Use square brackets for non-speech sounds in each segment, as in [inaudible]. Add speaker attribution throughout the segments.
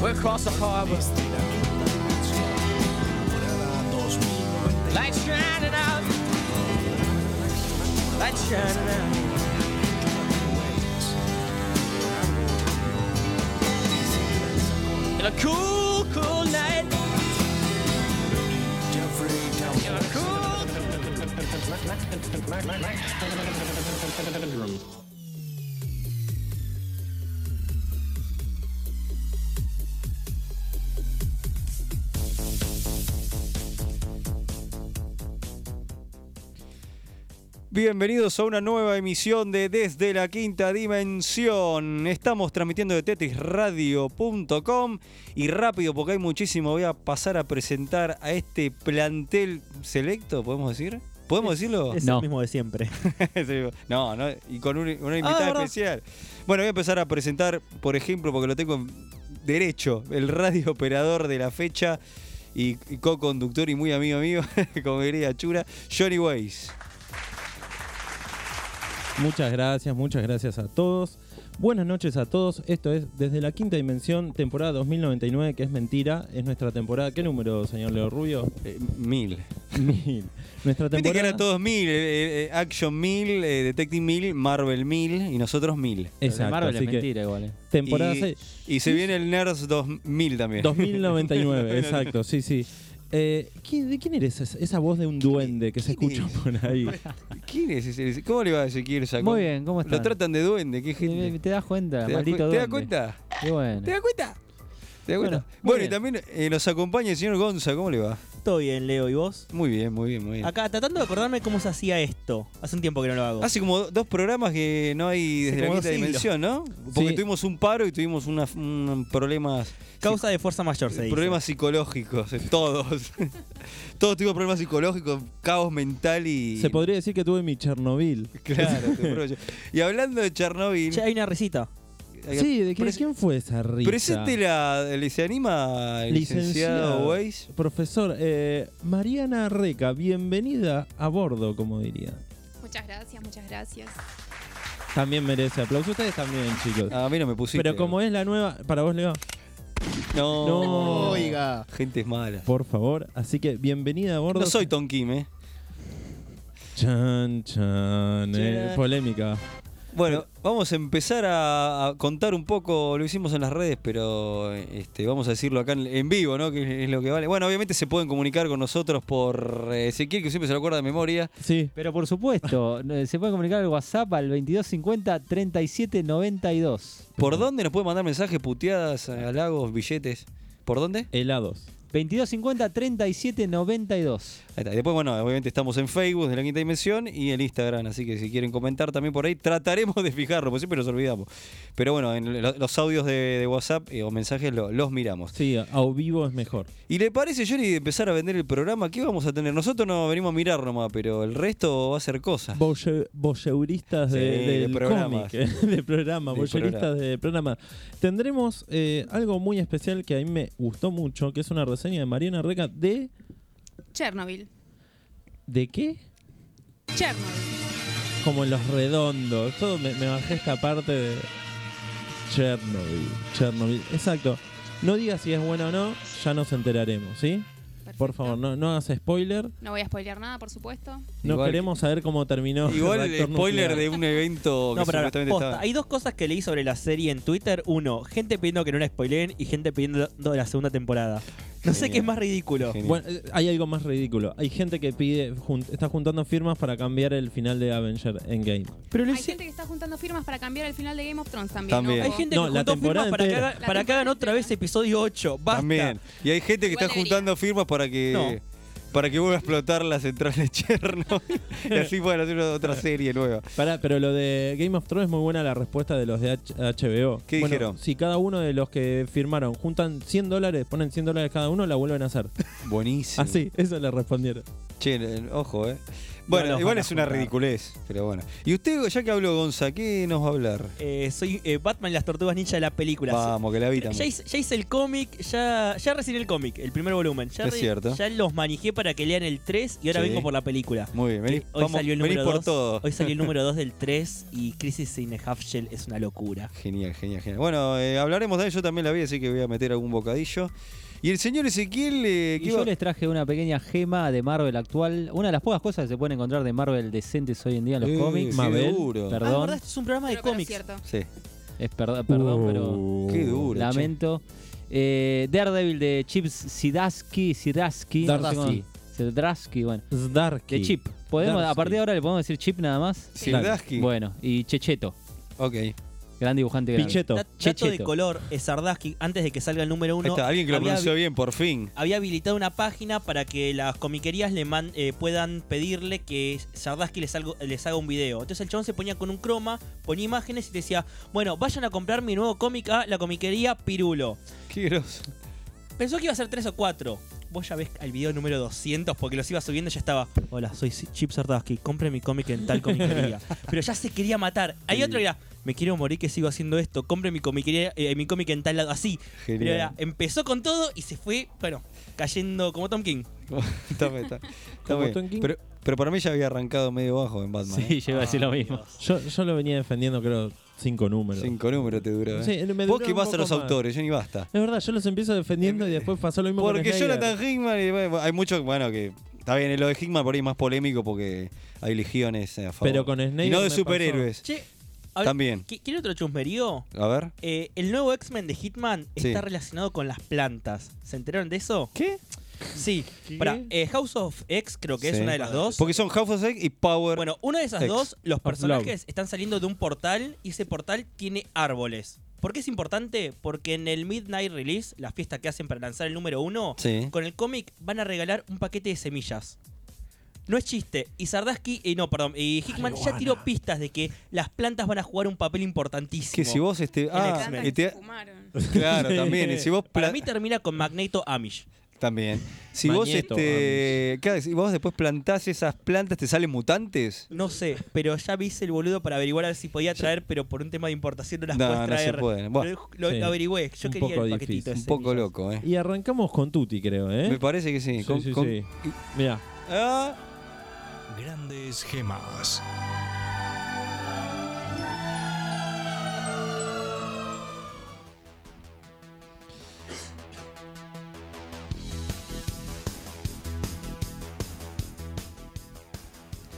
Speaker 1: We're across the harbor. Light shining out. Light shining out. In a cool, cool night. In a cool,
Speaker 2: Bienvenidos a una nueva emisión de Desde la Quinta Dimensión. Estamos transmitiendo de tetrisradio.com y rápido porque hay muchísimo. Voy a pasar a presentar a este plantel selecto, podemos decir. ¿Podemos decirlo?
Speaker 3: Es
Speaker 4: No.
Speaker 3: el mismo de siempre.
Speaker 2: [laughs] Sí, no, no, y con un- una invitada
Speaker 3: verdad.
Speaker 2: especial. Bueno, voy a empezar a presentar, por ejemplo, porque lo tengo en derecho, el radio operador de la fecha y y co-conductor y muy amigo mío, [laughs] como diría Chura, Johnny Weiss.
Speaker 4: [laughs] Muchas gracias, muchas gracias a todos. Buenas noches a todos. Esto es Desde la Quinta Dimensión, temporada 2099, que es mentira. Es nuestra temporada. ¿Qué número, señor Leo Rubio? [laughs]
Speaker 2: Eh, mil.
Speaker 4: Mil. Nuestra
Speaker 2: Viste que
Speaker 4: temporada.
Speaker 2: eran todos mil, eh, eh, Action mil, eh, Detective mil, Marvel mil y nosotros mil.
Speaker 4: Exacto,
Speaker 1: De Marvel
Speaker 4: así
Speaker 1: es
Speaker 4: que
Speaker 1: mentira igual. eh.
Speaker 4: Temporada
Speaker 2: y,
Speaker 4: 6.
Speaker 2: y se viene el Nerds 2000 también.
Speaker 3: [laughs]
Speaker 4: 2099, [laughs] exacto, sí, sí. Eh, ¿quién- ¿De quién eres esa, esa voz de un duende que se
Speaker 2: quién
Speaker 4: escucha por ahí?
Speaker 2: [laughs]
Speaker 3: [laughs]
Speaker 2: ¿Quién es ese? ¿Cómo le va a decir quién sacó?
Speaker 1: Muy bien, ¿cómo
Speaker 2: Lo
Speaker 1: están?
Speaker 2: tratan de duende, qué gente.
Speaker 1: Te, te das cuenta,
Speaker 2: ¿Te das cu-
Speaker 1: maldito
Speaker 2: ¿Te das
Speaker 1: duende.
Speaker 2: cuenta?
Speaker 1: Qué bueno.
Speaker 2: ¿Te das cuenta? ¿Te das
Speaker 1: Bueno,
Speaker 2: cuenta? Bueno,
Speaker 1: muy
Speaker 2: y
Speaker 1: bien.
Speaker 2: también eh, nos acompaña el señor Gonza, ¿cómo le va?
Speaker 3: Todo bien, Leo, ¿y vos?
Speaker 2: Muy bien, muy bien, muy bien.
Speaker 3: Acá, tratando de acordarme cómo se hacía esto. Hace un tiempo que no lo hago.
Speaker 2: Hace como do- dos programas que no hay desde la
Speaker 3: como
Speaker 2: quinta
Speaker 3: dos siglos.
Speaker 2: dimensión, ¿no? Porque
Speaker 4: Sí.
Speaker 2: tuvimos un paro y tuvimos una, un problemas,
Speaker 3: Causa de fuerza mayor, se dice.
Speaker 2: problemas psicológicos, eh, todos. [laughs] todos tuvimos problemas psicológicos, caos mental y...
Speaker 4: Se podría decir que tuve mi Chernobyl.
Speaker 2: [laughs] Claro,
Speaker 4: [laughs]
Speaker 2: te juro yo. Y hablando de Chernobyl... eh,
Speaker 3: Che, hay una risita.
Speaker 4: Sí, ¿de quién,
Speaker 2: pres-
Speaker 4: quién fue esa risa?
Speaker 2: Preséntela, ¿le se anima el licenciado
Speaker 4: Licenciado.
Speaker 2: Weiss?
Speaker 4: Profesor, eh, Mariana Reca, bienvenida a bordo, como diría.
Speaker 5: Muchas gracias, muchas gracias.
Speaker 4: También merece aplauso. Ustedes también, chicos.
Speaker 2: Ah, A mí no me pusiste.
Speaker 4: Pero como es la nueva, para vos, Leo,
Speaker 2: No.
Speaker 4: No.
Speaker 6: Oiga.
Speaker 2: Gente es mala.
Speaker 4: por favor. Así que bienvenida a bordo.
Speaker 2: No soy Tom Kim, ¿eh?
Speaker 4: Chan, chan. eh,
Speaker 2: Chan.
Speaker 4: polémica.
Speaker 2: Bueno, vamos a empezar a, a contar un poco, lo hicimos en las redes, pero este, vamos a decirlo acá en, en vivo, ¿no? Que es lo que vale. Bueno, obviamente se pueden comunicar con nosotros por eh, Ezequiel, que siempre se lo acuerda de memoria.
Speaker 4: Sí.
Speaker 1: Pero por supuesto, eh, se puede comunicar al WhatsApp al 2250 3792.
Speaker 2: ¿Por dónde nos puede mandar mensajes, puteadas, eh, halagos, billetes? ¿Por dónde?
Speaker 4: Helados.
Speaker 1: 2250 3792.
Speaker 2: Ahí está. Y después, bueno, obviamente estamos en Facebook de la quinta dimensión y el Instagram, así que si quieren comentar también por ahí, trataremos de fijarlo, porque siempre nos olvidamos. Pero bueno, en lo- los audios de, de WhatsApp eh, o mensajes lo- los miramos.
Speaker 4: Sí, a, a vivo es mejor.
Speaker 2: ¿Y le parece, Johnny, de empezar a vender el programa? ¿Qué vamos a tener? Nosotros no venimos a mirar nomás, pero el resto va a ser cosas.
Speaker 4: Voye- Voyeuristas de,
Speaker 2: Ah. Sí, de
Speaker 4: del
Speaker 2: programas.
Speaker 4: cómic, [laughs] de programa,
Speaker 2: De
Speaker 4: voyeuristas
Speaker 2: programa.
Speaker 4: de programa. Tendremos eh, algo muy especial que a mí me gustó mucho, que es una reseña de Mariana Reca de...
Speaker 5: Chernobyl.
Speaker 4: ¿De qué?
Speaker 5: Chernobyl.
Speaker 4: como en los redondos. Todo me, me bajé esta parte de Chernobyl. Chernobyl, exacto. No digas si es buena o no, ya nos enteraremos, ¿sí? Por
Speaker 5: Perfecto.
Speaker 4: favor, no, no hagas spoiler.
Speaker 5: No voy a spoilear nada, por supuesto.
Speaker 4: No
Speaker 2: Igual-
Speaker 4: queremos saber cómo terminó.
Speaker 2: Igual el
Speaker 4: Reactor
Speaker 2: spoiler
Speaker 4: nuclear.
Speaker 2: de un evento que
Speaker 3: No, pero ahora,
Speaker 2: supuestamente
Speaker 3: posta,
Speaker 2: estaba-
Speaker 3: hay dos cosas que leí sobre la serie en Twitter. Uno, gente pidiendo que no la spoileen y gente pidiendo la segunda temporada. No sé
Speaker 2: Genial.
Speaker 3: qué es más ridículo.
Speaker 2: Genial.
Speaker 4: Bueno, eh, hay algo más ridículo. Hay gente que pide, jun- está juntando firmas para cambiar el final de Avenger Endgame.
Speaker 3: Pero lo
Speaker 5: Hay
Speaker 3: hice-
Speaker 5: gente que está juntando firmas para cambiar el final de Game of Thrones también.
Speaker 2: También.
Speaker 5: ¿no?
Speaker 3: Hay gente
Speaker 4: No,
Speaker 3: que
Speaker 4: la
Speaker 3: juntó
Speaker 4: temporada
Speaker 3: firmas para que,
Speaker 4: entera.
Speaker 3: haga-
Speaker 5: La
Speaker 3: para que hagan
Speaker 5: temporada
Speaker 3: otra vez
Speaker 5: entera.
Speaker 3: episodio 8. Basta.
Speaker 2: También. Y hay gente que
Speaker 5: Igual
Speaker 2: está
Speaker 5: debería.
Speaker 2: juntando firmas para que. Para que vuelva a explotar la central de
Speaker 3: [laughs]
Speaker 2: Chernobyl. y así puedan hacer otra serie nueva.
Speaker 4: Pará, pero lo de Game of Thrones es muy buena la respuesta de los de H- HBO.
Speaker 2: ¿Qué
Speaker 4: Bueno,
Speaker 2: dijeron?
Speaker 4: Si cada uno de los que firmaron juntan 100 dólares, ponen 100 dólares cada uno, la vuelven a hacer.
Speaker 3: Ah,
Speaker 2: Buenísimo.
Speaker 4: Así, eso le respondieron.
Speaker 2: Che, eh, ojo, eh. Bueno,
Speaker 3: No los
Speaker 2: igual
Speaker 3: van a
Speaker 2: es una
Speaker 3: juntar.
Speaker 2: ridiculez, pero bueno. Y usted, ya que habló Gonza, ¿qué nos va a hablar?
Speaker 3: Eh, soy eh, Batman y las tortugas ninja de la película.
Speaker 2: Vamos, que la vi
Speaker 3: Ya
Speaker 2: también.
Speaker 3: hice, ya hice el cómic, ya, ya recibí el cómic, el primer volumen. Ya,
Speaker 2: Es cierto.
Speaker 3: ya los manejé para que lean el 3 y ahora
Speaker 2: Sí.
Speaker 3: vengo por la película.
Speaker 2: Muy bien, vení,
Speaker 3: Que hoy
Speaker 2: vamos,
Speaker 3: salió el
Speaker 2: vení
Speaker 3: número
Speaker 2: por
Speaker 3: 2.
Speaker 2: todo.
Speaker 3: Hoy salió el
Speaker 2: [laughs]
Speaker 3: número 2 del 3 y Crisis in a Half Shell es una locura.
Speaker 2: Genial, genial, genial. Bueno, eh, hablaremos de ello, también la vi, así que voy a meter algún bocadillo. Y el señor Ezequiel, eh, que
Speaker 1: Y yo
Speaker 2: iba-
Speaker 1: les traje una pequeña gema de Marvel actual. Una de las pocas cosas que se pueden encontrar de Marvel decentes hoy en día en los
Speaker 2: Eh,
Speaker 1: cómics.
Speaker 2: qué
Speaker 4: Mabel,
Speaker 2: duro.
Speaker 1: Perdón.
Speaker 3: Ah, de verdad, esto es un programa de
Speaker 5: Pero- pero es
Speaker 3: cómics.
Speaker 5: cierto.
Speaker 2: Sí,
Speaker 1: Es perdo- perdón, pero
Speaker 2: Uh, qué duro. che.
Speaker 1: lamento. Eh, Daredevil de Chip Zdarsky. Zdarsky. no sé
Speaker 4: Zdarsky.
Speaker 1: cómo- Zdarsky, bueno.
Speaker 4: Zdarsky.
Speaker 1: De Chip. Podemos, a
Speaker 4: Zdarsky.
Speaker 1: partir de ahora le podemos decir Chip nada más.
Speaker 2: Sí,
Speaker 4: Dale.
Speaker 2: Dasky.
Speaker 1: Bueno, y Checheto.
Speaker 2: Ok.
Speaker 1: Gran dibujante. grande.
Speaker 4: Pichetto.
Speaker 3: Da- Dato de
Speaker 1: Checheto.
Speaker 3: color, eh, Sardaski, antes de que salga el número
Speaker 2: Ahí
Speaker 3: 1,
Speaker 2: está, alguien que lo pronunció bien, por
Speaker 4: [laughs]
Speaker 2: fin.
Speaker 3: había habilitado una página para que las comiquerías le man- eh, puedan pedirle que Sardaski les, algo- les haga un video. Entonces el chabón se ponía con un croma, ponía imágenes y decía, bueno, vayan a comprar mi nuevo cómic a la comiquería Pirulo.
Speaker 2: Qué groso.
Speaker 3: Pensó que iba a ser tres o cuatro. Vos ya ves al video número 200 porque los iba subiendo y ya estaba. Hola, soy Si- Chip Sardaski, compre mi cómic en tal comiquería. Pero ya se quería matar. Hay otro que era, me quiero morir que sigo haciendo esto, compre mi comiquería, eh, mi cómic en tal lado. Así. Pero
Speaker 2: Genial. [laughs]
Speaker 3: era, empezó con todo y se fue, bueno, cayendo como Tom King.
Speaker 2: Está bien, está- está
Speaker 4: Como
Speaker 2: bien.
Speaker 4: Tonkin.
Speaker 2: Pero, pero para mí ya había arrancado medio bajo en Batman. ¿eh?
Speaker 1: Sí, yo iba a decir lo mismo.
Speaker 4: Yo, yo lo venía defendiendo, creo, cinco números.
Speaker 2: Cinco números te duró. ¿eh?
Speaker 4: Sí, me duró
Speaker 2: Vos que
Speaker 4: un
Speaker 2: vas a
Speaker 4: poco
Speaker 2: los
Speaker 4: más.
Speaker 2: autores, yo ni basta.
Speaker 4: Es verdad, yo los empiezo defendiendo y después pasó lo mismo con
Speaker 2: Porque
Speaker 4: Snyder.
Speaker 2: Jonathan Hickman, y, bueno, hay muchos, bueno, que está bien, lo de Hickman por ahí es más polémico porque hay legiones eh, a favor.
Speaker 4: Pero con Snyder
Speaker 2: Y no de
Speaker 4: me
Speaker 2: superhéroes.
Speaker 3: Che,
Speaker 2: También.
Speaker 3: ¿Quiere otro chusmerío?
Speaker 2: A ver.
Speaker 3: Eh, el nuevo X-Men de Hitman
Speaker 2: Sí.
Speaker 3: está relacionado con las plantas. ¿Se enteraron de eso?
Speaker 2: ¿Qué?
Speaker 3: Sí. Pará, eh, House of X creo que es
Speaker 2: Sí.
Speaker 3: una de las dos.
Speaker 2: Porque son Half of Sex y Power.
Speaker 3: Bueno, una de esas
Speaker 2: Ex.
Speaker 3: dos, los
Speaker 4: Of
Speaker 3: personajes están saliendo de un portal y ese portal tiene árboles. ¿Por qué es importante? Porque en el Midnight Release, la fiesta que hacen para lanzar el número uno,
Speaker 2: sí.
Speaker 3: con el cómic van a regalar un paquete de semillas. No es chiste. Y Sardaski, y no, perdón, y
Speaker 2: Ah,
Speaker 3: Hickman ya tiró pistas de que las plantas van a jugar un papel importantísimo.
Speaker 2: Que si vos este. Ah,
Speaker 5: Plantas
Speaker 2: y
Speaker 5: que
Speaker 2: te-
Speaker 5: [laughs] se
Speaker 2: [laughs]
Speaker 5: fumaron.
Speaker 2: claro, también. Y si vos.
Speaker 3: Para
Speaker 2: pla-
Speaker 3: mí termina con Magneto Amish.
Speaker 2: También. Si
Speaker 4: Magneto,
Speaker 2: vos este. claro, si vos después plantás esas plantas, ¿te salen mutantes?
Speaker 3: No sé, pero ya vi el boludo para averiguar a ver si podía traer, pero por un tema de importación no las
Speaker 2: No,
Speaker 3: puedes
Speaker 2: no se
Speaker 3: traer.
Speaker 2: pueden. Bueno,
Speaker 3: Pero lo,
Speaker 4: sí.
Speaker 3: lo averigüé, yo
Speaker 4: Un
Speaker 3: quería
Speaker 4: poco
Speaker 3: el
Speaker 4: difícil,
Speaker 3: paquetito. de
Speaker 2: Un poco
Speaker 3: semillas.
Speaker 2: loco, ¿eh?
Speaker 4: Y arrancamos con Tutti, creo, ¿eh?
Speaker 2: Me parece que sí.
Speaker 4: Sí,
Speaker 2: Con-
Speaker 4: sí,
Speaker 2: con-
Speaker 4: sí. Mirá.
Speaker 2: Ah,
Speaker 6: Grandes gemas.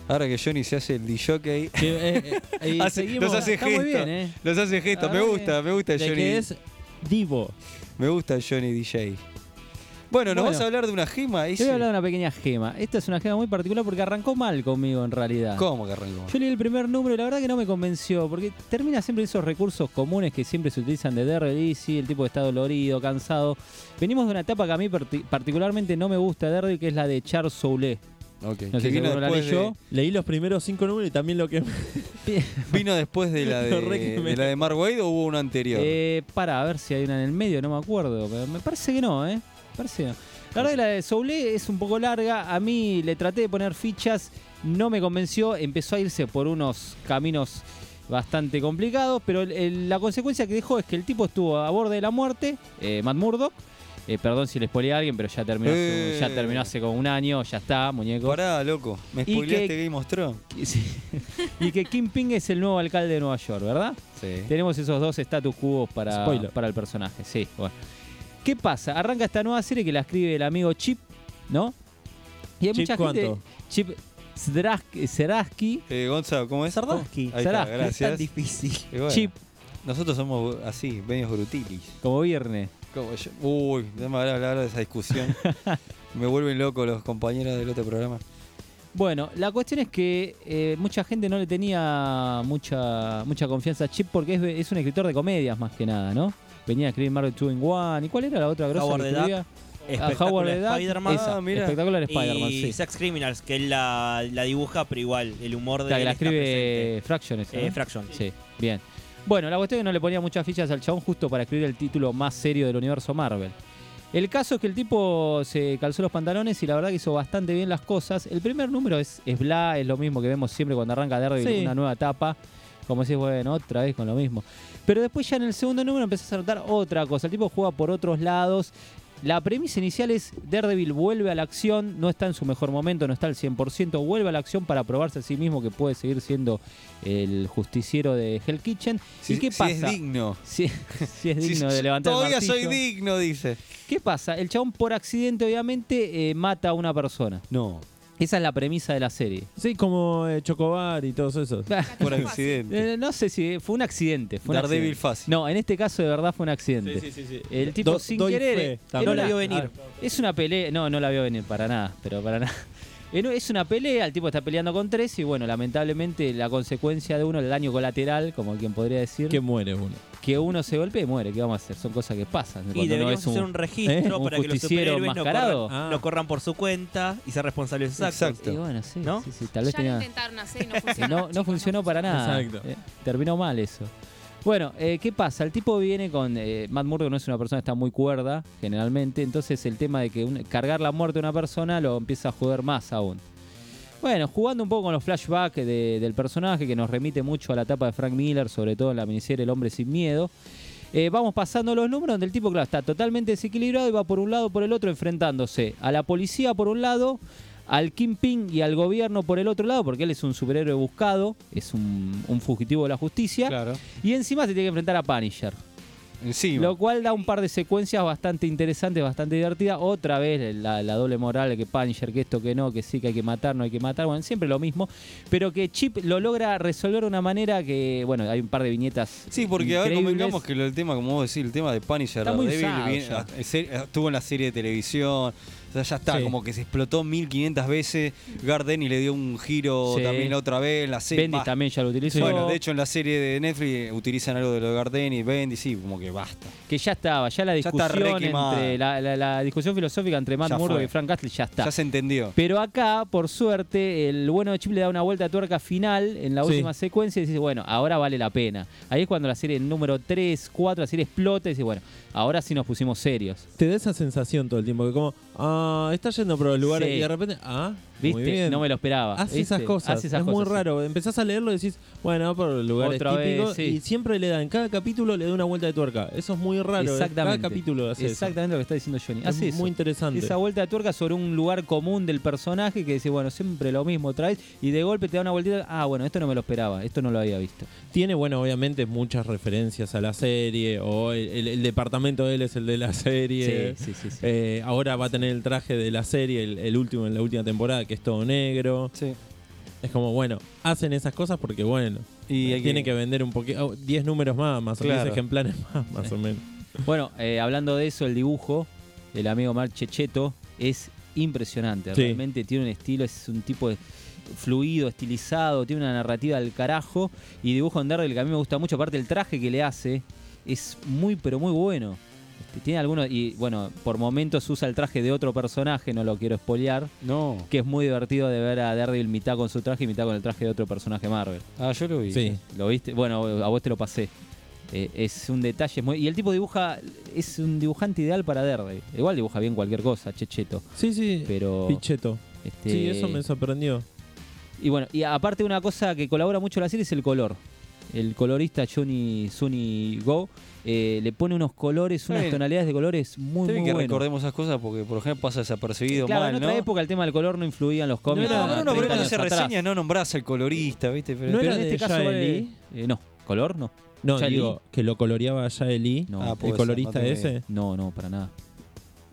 Speaker 2: ahora que Johnny se hace el DJ,
Speaker 4: Que, eh, eh, y
Speaker 2: Hace-
Speaker 4: seguimos.
Speaker 2: los hace
Speaker 4: Está muy
Speaker 2: gestos.
Speaker 4: bien, ¿eh?
Speaker 2: [laughs] los hace gestos.
Speaker 4: La
Speaker 2: Me
Speaker 4: verdad
Speaker 2: gusta,
Speaker 4: que-
Speaker 2: me gusta
Speaker 4: De
Speaker 2: Johnny.
Speaker 4: que es Divo.
Speaker 2: Me gusta Johnny DJ. Bueno, nos
Speaker 1: Bueno.
Speaker 2: vas a hablar de una gema.
Speaker 1: Te voy
Speaker 2: Ese?
Speaker 1: a hablar de una pequeña gema. Esta es una gema muy particular porque arrancó mal conmigo en realidad.
Speaker 2: ¿Cómo que arrancó?
Speaker 1: Yo leí el primer número y la verdad que no me convenció, porque termina siempre esos recursos comunes que siempre se utilizan de Daredevil, sí, el tipo que está dolorido, cansado. Venimos de una etapa que a mí parti- particularmente no me gusta de Daredevil, que es la de Charles Soule.
Speaker 2: Ok,
Speaker 1: No
Speaker 2: que
Speaker 1: sé si
Speaker 2: vino
Speaker 1: alguno la
Speaker 2: después,
Speaker 1: leyó.
Speaker 2: de,
Speaker 4: Leí los primeros cinco números y también lo que.
Speaker 2: vino después de la de,
Speaker 4: Lo re que me-
Speaker 2: de la de Mark Wade o hubo una anterior.
Speaker 1: Eh, para, a ver si hay una en el medio, no me acuerdo. pero me parece que no, ¿eh? Me Parece que no. La verdad que la de Soule es un poco larga. A mí le traté de poner fichas, no me convenció. Empezó a irse por unos caminos bastante complicados, pero el- el- la consecuencia que dejó es que el tipo estuvo a borde de la muerte, eh, Matt Murdock. Eh, perdón si le spoileé a alguien, pero ya terminó, hace-
Speaker 2: Eh.
Speaker 1: ya terminó hace como un año, ya está, muñeco.
Speaker 2: Pará, loco. Me
Speaker 1: Y que-
Speaker 2: spoileaste Game of Thrones.
Speaker 1: Y sí. [laughs] y que Kim Ping es el nuevo alcalde de Nueva York, ¿verdad?
Speaker 2: Sí.
Speaker 1: Tenemos esos dos status quo para,
Speaker 4: Spoiler.
Speaker 1: para el personaje. Sí, bueno. ¿Qué pasa? Arranca esta nueva serie que la escribe el amigo Chip, ¿no? Y hay
Speaker 4: Chip
Speaker 1: mucha gente.
Speaker 4: cuánto?
Speaker 1: Chip Zdrask- Zdrasky,
Speaker 2: Eh, Gonzalo, ¿cómo es?
Speaker 3: Sardaski.
Speaker 2: Ahí está,
Speaker 1: Sardaski.
Speaker 3: Es tan
Speaker 2: gracias.
Speaker 3: difícil.
Speaker 2: Y bueno,
Speaker 1: Chip,
Speaker 2: Nosotros somos así, medios brutilis.
Speaker 1: como viernes.
Speaker 2: Como yo- Uy, déjame hablar, hablar de esa
Speaker 1: [laughs]
Speaker 2: discusión. Me vuelven locos los compañeros del otro programa.
Speaker 1: Bueno, la cuestión es que eh, mucha gente no le tenía mucha, mucha confianza a Chip porque es, es un escritor de comedias más que nada, ¿no? Venía a escribir Marvel 2 in 1. ¿Y cuál era la otra grosa
Speaker 3: Howard
Speaker 1: que
Speaker 3: the Duck.
Speaker 1: escribía? A
Speaker 3: Espectacular
Speaker 1: Howard the Duck,
Speaker 3: Spider-Man.
Speaker 1: esa,
Speaker 2: Ah, mira.
Speaker 1: Espectacular Spider-Man,
Speaker 3: y
Speaker 1: sí.
Speaker 3: Sex Criminals, que él la, la dibuja, pero igual, el humor de
Speaker 1: La que
Speaker 3: él
Speaker 1: la
Speaker 3: está
Speaker 1: escribe Fraction esa,
Speaker 3: presente. Eh,
Speaker 1: ¿no?
Speaker 3: Fraction.
Speaker 1: Sí, bien. Bueno, la cuestión es que no le ponía muchas fichas al chabón justo para escribir el título más serio del universo Marvel. El caso es que el tipo se calzó los pantalones y la verdad que hizo bastante bien las cosas. El primer número es, es bla, es lo mismo que vemos siempre cuando arranca Daredevil,
Speaker 4: Sí.
Speaker 1: una nueva etapa. Como decís, bueno, otra vez con lo mismo. Pero después ya en el segundo número empezás a notar otra cosa. El tipo juega por otros lados. La premisa inicial es Daredevil vuelve a la acción, no está en su mejor momento, no está al 100%, vuelve a la acción para probarse a sí mismo que puede seguir siendo el justiciero de Hell Kitchen. ¿Y qué pasa?
Speaker 2: es digno.
Speaker 1: [laughs] si, si es digno
Speaker 2: Si-
Speaker 1: de levantar el
Speaker 2: Todavía soy
Speaker 1: martillo.
Speaker 2: digno, dice.
Speaker 1: ¿Qué pasa? El chabón por accidente, obviamente, eh, mata a una persona.
Speaker 2: No,
Speaker 1: Esa es la premisa de la serie.
Speaker 4: [laughs] Sí, como eh, Chocobar y todos esos.
Speaker 2: [laughs] por
Speaker 5: Catástrofe.
Speaker 2: accidente.
Speaker 1: [laughs] Eh, no sé si fue un accidente. Fue un
Speaker 2: Daredevil
Speaker 1: accidente.
Speaker 2: fácil.
Speaker 1: No, en este caso de verdad fue un accidente. El tipo
Speaker 4: Do-
Speaker 1: sin
Speaker 4: doy
Speaker 1: querer.
Speaker 4: fe,
Speaker 1: eh,
Speaker 4: también. No
Speaker 1: era
Speaker 4: la
Speaker 3: vio
Speaker 1: una-
Speaker 3: venir.
Speaker 1: a ver, Es una pelea. No, no la vio venir para nada, pero para nada. [laughs] Eh, no, Es una pelea, el tipo está peleando con tres y bueno, lamentablemente la consecuencia de uno, el daño colateral, como quien podría decir,
Speaker 4: Que
Speaker 1: que,
Speaker 4: muere uno.
Speaker 1: uno se golpea y muere, ¿qué vamos a hacer? Son cosas que pasan.
Speaker 3: Y
Speaker 1: Cuando no
Speaker 3: deberíamos
Speaker 1: es un-
Speaker 3: hacer un registro
Speaker 1: ¿Eh?
Speaker 3: para
Speaker 1: ¿Un
Speaker 3: que los
Speaker 1: justiciero
Speaker 3: superhéroes no
Speaker 1: enmascarado?
Speaker 3: corran,
Speaker 4: Ah.
Speaker 3: no corran por su cuenta y sean responsables de sus actos.
Speaker 2: Exacto.
Speaker 1: Y bueno, sí,
Speaker 3: ¿No?
Speaker 1: sí, sí, tal vez
Speaker 5: ya lo
Speaker 1: tenía...
Speaker 5: intentaron hacer y no
Speaker 1: Eh,
Speaker 5: funcionó.
Speaker 1: no,
Speaker 5: chicos,
Speaker 1: no funcionó para nada.
Speaker 4: Exacto.
Speaker 1: Eh, terminó mal eso. Bueno, eh, ¿qué pasa? El tipo viene con. eh, Matt Murdock no es una persona que está muy cuerda, generalmente. Entonces, el tema de que un- cargar la muerte de una persona lo empieza a joder más aún. Bueno, jugando un poco con los flashbacks de- del personaje, que nos remite mucho a la etapa de Frank Miller, sobre todo en la miniserie El hombre sin miedo. Eh, vamos pasando los números donde el tipo, claro, está totalmente desequilibrado y va por un lado por el otro enfrentándose a la policía por un lado, al Kingpin y al gobierno por el otro lado, porque él es un superhéroe buscado, es un, un fugitivo de la justicia,
Speaker 2: Claro.
Speaker 1: y encima se tiene que enfrentar a Punisher.
Speaker 2: Encima.
Speaker 1: Lo cual da un par de secuencias bastante interesantes, bastante divertidas. Otra vez la, la doble moral, que Punisher, que esto, que no, que sí, que hay que matar, no hay que matar. Bueno, siempre lo mismo. Pero que Chip lo logra resolver de una manera que, bueno, hay un par de viñetas.
Speaker 2: Sí, porque a ver,
Speaker 1: increíbles.
Speaker 2: convengamos que lo- el tema, como vos decís, el tema de Punisher,
Speaker 1: Está muy
Speaker 2: Daredevil,
Speaker 1: usado
Speaker 2: viene-
Speaker 1: ya.
Speaker 2: a- se- estuvo en la serie de televisión, o sea, ya está,
Speaker 4: Sí.
Speaker 2: como que se explotó 1500 veces, Gardeni le dio un giro
Speaker 1: Sí.
Speaker 2: también la otra vez, la serie...
Speaker 1: Bendy
Speaker 2: basta.
Speaker 1: también ya lo utilizó.
Speaker 2: Bueno, de hecho en la serie de Netflix utilizan algo de lo de Gardeni, Bendy, sí, como que basta.
Speaker 1: que ya estaba, ya la
Speaker 2: Ya está
Speaker 1: discusión
Speaker 2: requemada.
Speaker 1: entre la, la- la discusión filosófica entre Matt
Speaker 2: Ya
Speaker 1: Murdock
Speaker 2: fue.
Speaker 1: y Frank Castle ya está.
Speaker 2: Ya se entendió.
Speaker 1: Pero acá, por suerte, el bueno de Chip le da una vuelta de tuerca final en la
Speaker 4: Sí.
Speaker 1: última secuencia y dice, bueno, ahora vale la pena. Ahí es cuando la serie número 3, 4, la serie explota y dice, bueno, ahora sí nos pusimos serios.
Speaker 4: Te da esa sensación todo el tiempo, que como, ah, está yendo por los lugares
Speaker 1: Sí.
Speaker 4: y de repente, ah, muy
Speaker 1: ¿Viste?
Speaker 4: bien.
Speaker 1: No me lo esperaba.
Speaker 4: Hace
Speaker 1: ¿viste?
Speaker 4: esas cosas.
Speaker 1: Hace esas
Speaker 4: es
Speaker 1: cosas,
Speaker 4: muy
Speaker 1: sí.
Speaker 4: raro. Empezás a leerlo y decís, bueno, va por lugares
Speaker 1: Otra vez,
Speaker 4: típicos.
Speaker 1: sí.
Speaker 4: Y siempre le dan, cada capítulo le da una vuelta de tuerca. Eso es muy raro. ¿eh?
Speaker 1: Exactamente.
Speaker 4: Cada capítulo hace eso.
Speaker 1: Exactamente lo que está diciendo Johnny.
Speaker 4: Es
Speaker 1: Hace eso.
Speaker 4: muy interesante.
Speaker 1: Esa vuelta de tuerca sobre un lugar común del personaje que dice, bueno, siempre lo mismo otra vez, y de golpe te da una vueltita, ah, bueno, esto no me lo esperaba, esto no lo había visto.
Speaker 4: Tiene, bueno, obviamente muchas referencias a la serie. O el, el- el departamento de él es el de la serie.
Speaker 1: Sí, sí, sí, sí.
Speaker 4: Eh, ahora va a tener el traje de la serie, el, el último en la última temporada, que es todo negro.
Speaker 2: Sí.
Speaker 4: Es como, bueno, hacen esas cosas porque, bueno, eh,
Speaker 2: Y hay
Speaker 4: tiene que vender un poquito, oh, 10 números más, más o menos,
Speaker 2: Claro.
Speaker 4: ejemplares [laughs] más, más o menos.
Speaker 1: Bueno, eh, hablando de eso, el dibujo del amigo Marc Checheto es impresionante.
Speaker 4: Sí.
Speaker 1: Realmente tiene un estilo, es un tipo de fluido, estilizado, tiene una narrativa del carajo. Y dibujo en Daredevil que a mí me gusta mucho, aparte el traje que le hace es muy, pero muy bueno. Este, Tiene algunos, y bueno, por momentos usa el traje de otro personaje, no lo quiero espolear,
Speaker 2: No.
Speaker 1: que es muy divertido de ver a Daredevil mitad con su traje y mitad con el traje de otro personaje Marvel.
Speaker 2: Ah, yo lo vi.
Speaker 4: Sí.
Speaker 1: ¿Lo viste? Bueno, a vos te lo pasé. Eh, es un detalle. es muy- Y el tipo dibuja. Es un dibujante ideal para Daredevil. Igual dibuja bien cualquier cosa, checheto.
Speaker 4: Sí, sí.
Speaker 1: Pero.
Speaker 4: Picheto.
Speaker 1: este,
Speaker 4: Sí, eso me sorprendió.
Speaker 1: Y bueno, y aparte, una cosa que colabora mucho la serie es el color. El colorista Johnny Sunny Go eh, le pone unos colores,
Speaker 2: Está
Speaker 1: unas
Speaker 2: bien.
Speaker 1: tonalidades de colores muy,
Speaker 2: Está
Speaker 1: muy
Speaker 2: bien que
Speaker 1: buenos.
Speaker 2: recordemos esas cosas porque por ejemplo pasa desapercibido
Speaker 1: Claro,
Speaker 2: mal,
Speaker 1: en
Speaker 2: ¿no?
Speaker 1: otra época el tema del color no influía en los
Speaker 2: No,
Speaker 1: cómics.
Speaker 2: no,
Speaker 1: de
Speaker 2: no, no,
Speaker 1: 30
Speaker 2: pero cuando
Speaker 1: años
Speaker 2: se
Speaker 1: atrás.
Speaker 2: reseña no nombrás al colorista, ¿viste? Pero-
Speaker 4: No
Speaker 1: Pero
Speaker 4: era
Speaker 1: en
Speaker 4: de
Speaker 1: este caso.
Speaker 4: Jael
Speaker 1: vale-
Speaker 4: Lee.
Speaker 1: eh, no, color no.
Speaker 4: No,
Speaker 1: Jael
Speaker 4: digo, que lo coloreaba Jael Lee,
Speaker 1: No,
Speaker 2: Ah, puede
Speaker 4: el
Speaker 2: ser,
Speaker 4: colorista
Speaker 2: no tengo
Speaker 4: ese,
Speaker 2: idea.
Speaker 1: no, no, para nada.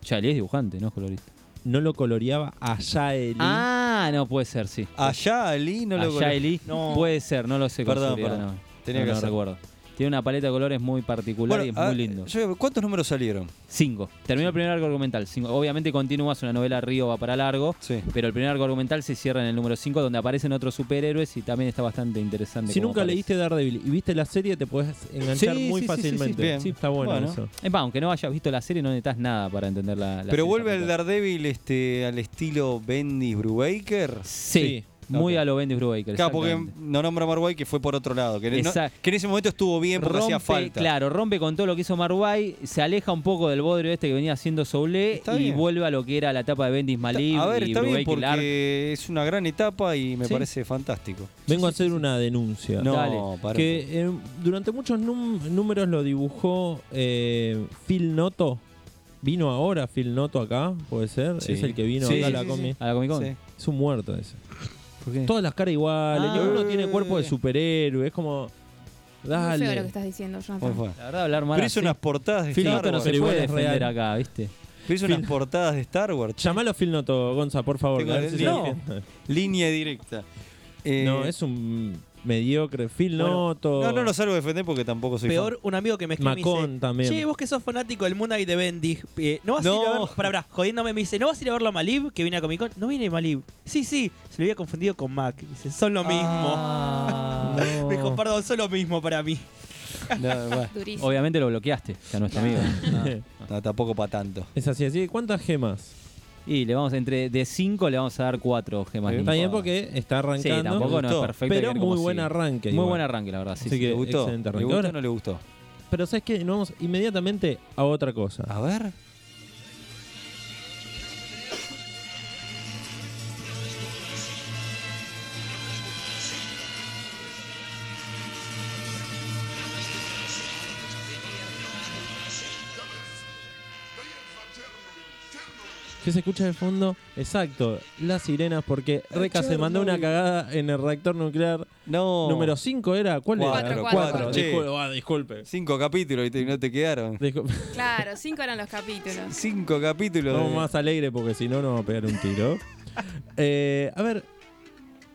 Speaker 1: Jael Lee es dibujante, no es colorista.
Speaker 4: no lo coloreaba a Jael Lee.
Speaker 1: Ah, no, puede ser, sí.
Speaker 2: Allá Ali no lo
Speaker 1: Allá Eli,
Speaker 3: No.
Speaker 1: puede ser, no lo sé. con
Speaker 2: Perdón,
Speaker 1: seguridad,
Speaker 2: perdón.
Speaker 1: No,
Speaker 2: Tenía
Speaker 1: No,
Speaker 2: que
Speaker 1: no
Speaker 2: hacer.
Speaker 1: recuerdo. Tiene una paleta de colores muy particular y es
Speaker 2: a-
Speaker 1: muy lindo.
Speaker 2: ah, yo- ¿Cuántos números salieron?
Speaker 1: Cinco. Terminó el primer arco argumental. Cinco. Obviamente continúas una novela Río va para largo,
Speaker 2: Sí.
Speaker 1: pero el primer arco argumental se cierra en el número 5 donde aparecen otros superhéroes y también está bastante interesante.
Speaker 4: si
Speaker 1: cómo
Speaker 4: nunca
Speaker 1: aparece.
Speaker 4: leíste Daredevil y viste la serie, te puedes enganchar
Speaker 1: Sí,
Speaker 4: muy
Speaker 1: sí, sí, sí, sí.
Speaker 4: fácilmente.
Speaker 2: Bien.
Speaker 4: Está bueno,
Speaker 2: Bueno.
Speaker 4: eso.
Speaker 1: Es más, aunque no hayas visto la serie no necesitas nada para entender la, la
Speaker 2: Pero
Speaker 1: serie
Speaker 2: vuelve el
Speaker 1: completa.
Speaker 2: Daredevil este, al estilo Bendy Brubaker.
Speaker 1: Sí. Muy
Speaker 2: Ok.
Speaker 1: a lo Bendis Brubaker.
Speaker 2: Claro, porque
Speaker 1: exactamente.
Speaker 2: no nombra a Marway que fue por otro lado. Que, no-
Speaker 1: Exacto.
Speaker 2: que en ese momento estuvo bien porque hacía falta.
Speaker 1: Claro, rompe con todo lo que hizo Marway, se aleja un poco del bodrio este que venía haciendo Soule
Speaker 2: Está
Speaker 1: y
Speaker 2: bien.
Speaker 1: vuelve a lo que era la etapa de Bendis Malib
Speaker 2: a ver,
Speaker 1: y
Speaker 2: está bien
Speaker 1: Brubaker Lark.
Speaker 2: porque es una gran etapa y me
Speaker 1: Sí.
Speaker 2: parece fantástico.
Speaker 4: Vengo a hacer una denuncia.
Speaker 2: No,
Speaker 1: Dale,
Speaker 2: para.
Speaker 4: Que eh, durante muchos num- números lo dibujó eh, Phil Noto. Vino ahora Phil Noto acá, puede ser.
Speaker 2: Sí.
Speaker 4: Es el que vino
Speaker 2: Sí,
Speaker 4: acá a
Speaker 2: sí,
Speaker 4: la
Speaker 2: sí,
Speaker 4: comi.
Speaker 1: A la Comic Con.
Speaker 2: Sí.
Speaker 4: Es un muerto ese.
Speaker 1: ¿Por qué?
Speaker 4: Todas las caras iguales,
Speaker 1: Ah.
Speaker 4: ninguno tiene cuerpo de superhéroe. Es como.
Speaker 5: Muy feo lo que
Speaker 4: Dale.
Speaker 5: estás diciendo,
Speaker 2: Fue,
Speaker 5: Jonathan.
Speaker 2: fue.
Speaker 1: La verdad, hablar mal.
Speaker 2: Pero hizo
Speaker 1: así.
Speaker 2: unas portadas de
Speaker 4: Phil
Speaker 1: Phil
Speaker 2: Star
Speaker 1: Noto no
Speaker 2: Wars.
Speaker 1: se
Speaker 4: Pero
Speaker 1: puede
Speaker 4: igual es
Speaker 1: defender
Speaker 4: real.
Speaker 1: acá, ¿viste?
Speaker 2: Pero hizo unas portadas de Star Wars. che.
Speaker 4: Llamalo Phil Noto, Gonza, por favor.
Speaker 2: Tengo
Speaker 4: a ver si se
Speaker 2: no.
Speaker 4: defiende.
Speaker 2: Línea directa. Eh,
Speaker 4: No, es un mediocre. Phil
Speaker 3: Bueno,
Speaker 4: Noto.
Speaker 2: No, no lo salgo a defender porque tampoco soy
Speaker 3: Peor, un amigo que me escribe y me
Speaker 4: Macón
Speaker 3: dice,
Speaker 4: también.
Speaker 3: Che, vos que sos fanático del Moon Knight de Bendy, eh, no vas a ir a
Speaker 2: No.
Speaker 3: verlo. Pará, pará, jodiéndome, me dice, ¿no vas a ir a verlo a Malib, que viene a Comic Con? No viene Malib. Sí, sí, se lo había confundido con Mac. Dice, son lo mismo.
Speaker 1: Ah.
Speaker 3: Me dijo, perdón, son lo mismo para mí.
Speaker 2: fan. No, bueno,
Speaker 5: Durísimo.
Speaker 1: Obviamente lo bloqueaste a nuestro
Speaker 2: [laughs]
Speaker 1: amigo.
Speaker 2: no, tampoco para tanto.
Speaker 4: [laughs] Es así, así. que, ¿Cuántas gemas?
Speaker 1: Y le vamos, entre de 5 le vamos a dar 4 gemas.
Speaker 2: Está
Speaker 4: Está bien
Speaker 1: ninjas.
Speaker 4: porque está
Speaker 1: Sí,
Speaker 4: arrancando.
Speaker 1: tampoco no es
Speaker 2: gustó,
Speaker 1: perfecto. hay que
Speaker 4: pero
Speaker 1: ver cómo
Speaker 4: muy
Speaker 1: sigue.
Speaker 4: buen arranque.
Speaker 1: Muy
Speaker 4: igual.
Speaker 1: buen arranque, la verdad, sí.
Speaker 4: Así
Speaker 1: sí.
Speaker 4: que-
Speaker 2: ¿Le gustó?
Speaker 4: excelente
Speaker 2: ¿Le
Speaker 4: arranque.
Speaker 2: gustó o
Speaker 4: Ahora-
Speaker 2: no le gustó?
Speaker 4: Pero sabes que nos vamos inmediatamente a otra cosa.
Speaker 2: A ver.
Speaker 4: ¿Qué se escucha de fondo? Exacto, las sirenas, porque Reca se
Speaker 2: Chernobyl.
Speaker 4: mandó una cagada en el reactor nuclear
Speaker 2: No.
Speaker 4: número 5, ¿era? ¿Cuál
Speaker 5: Cuatro,
Speaker 4: era?
Speaker 5: cuatro.
Speaker 2: Che.
Speaker 4: Disculpe, Oh. ah, disculpe.
Speaker 2: Cinco capítulos y te- no te quedaron.
Speaker 4: Disculpe.
Speaker 5: Claro, cinco eran los capítulos.
Speaker 2: Cinco capítulos.
Speaker 4: [laughs] Vamos
Speaker 2: de-
Speaker 4: más alegre porque si no nos va a pegar un [laughs] tiro. Eh, a ver,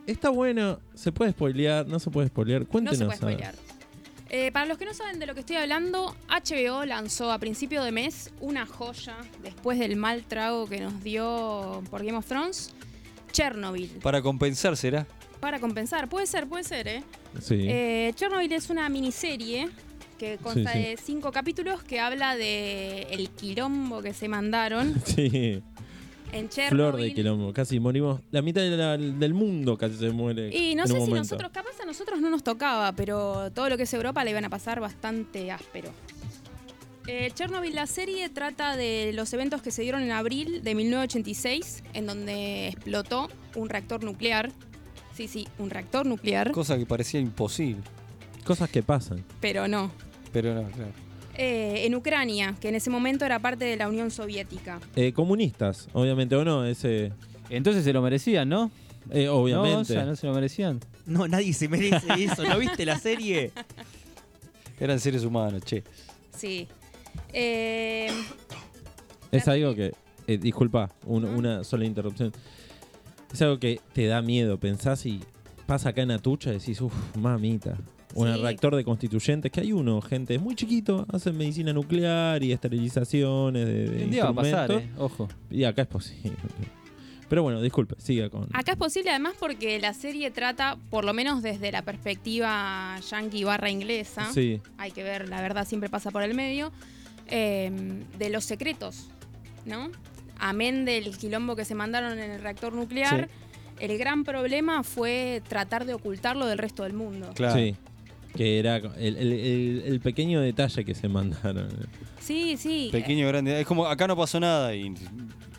Speaker 4: está bueno, se puede spoilear, no se puede spoilear.
Speaker 5: No
Speaker 4: Cuéntenos.
Speaker 5: se puede
Speaker 4: a ver.
Speaker 5: spoilear. Eh, para los que no saben de lo que estoy hablando, HBO lanzó a principio de mes una joya después del mal trago que nos dio por Game of Thrones, Chernobyl.
Speaker 2: Para compensar será.
Speaker 5: Para compensar, puede ser, puede ser, ¿eh?
Speaker 4: Sí.
Speaker 5: Eh, Chernobyl es una miniserie que consta
Speaker 4: Sí, sí.
Speaker 5: de cinco capítulos que habla de el quilombo que se mandaron
Speaker 4: [laughs] sí.
Speaker 5: en Chernobyl.
Speaker 4: Flor de quilombo, casi morimos. La mitad de la- del mundo casi se muere.
Speaker 5: Y no
Speaker 4: en
Speaker 5: sé
Speaker 4: un
Speaker 5: si
Speaker 4: momento.
Speaker 5: nosotros, capaz a nosotros no nos tocaba, pero todo lo que es Europa le iban a pasar bastante áspero. Eh, Chernobyl, la serie, trata de los eventos que se dieron en abril de 1986, en donde explotó un reactor nuclear. Sí, sí, un reactor nuclear,
Speaker 2: Cosa que parecía imposible.
Speaker 4: Cosas que pasan.
Speaker 5: pero no.
Speaker 2: Pero no, claro.
Speaker 5: Eh, en Ucrania, que en ese momento era parte de la Unión Soviética.
Speaker 4: Eh, comunistas, obviamente, o no, ese.
Speaker 1: Entonces se lo merecían, ¿no?
Speaker 4: eh,
Speaker 1: No, o
Speaker 4: obviamente.
Speaker 1: sea, no se lo merecían.
Speaker 3: No, nadie se merece eso. ¿No viste la serie?
Speaker 2: Eran seres humanos, che.
Speaker 5: Sí. Eh,
Speaker 4: Es algo que. eh, disculpa, un-
Speaker 5: Ujú.
Speaker 4: una sola interrupción. Es algo que te da miedo. Pensás y pasa acá en Atucha y decís, uff, mamita. Un
Speaker 5: Sí.
Speaker 4: reactor de constituyentes, que hay uno, gente, es muy chiquito, hacen medicina nuclear y esterilizaciones de, de
Speaker 1: Un día va a pasar,
Speaker 4: instrumentos,
Speaker 1: eh, ojo.
Speaker 4: Y acá es posible. Pero bueno, disculpe, siga con.
Speaker 5: acá es posible además porque la serie trata, por lo menos desde la perspectiva yankee barra inglesa,
Speaker 4: Sí,
Speaker 5: hay que ver, la verdad siempre pasa por el medio, eh, de los secretos, ¿no? Amén del quilombo que se mandaron en el reactor nuclear, el gran problema fue tratar de ocultarlo del resto del mundo.
Speaker 2: Claro.
Speaker 4: sí. Que era el, el- el- el pequeño detalle que se mandaron.
Speaker 5: Sí, sí. eh,
Speaker 2: Pequeño, grande. Es como acá no pasó nada y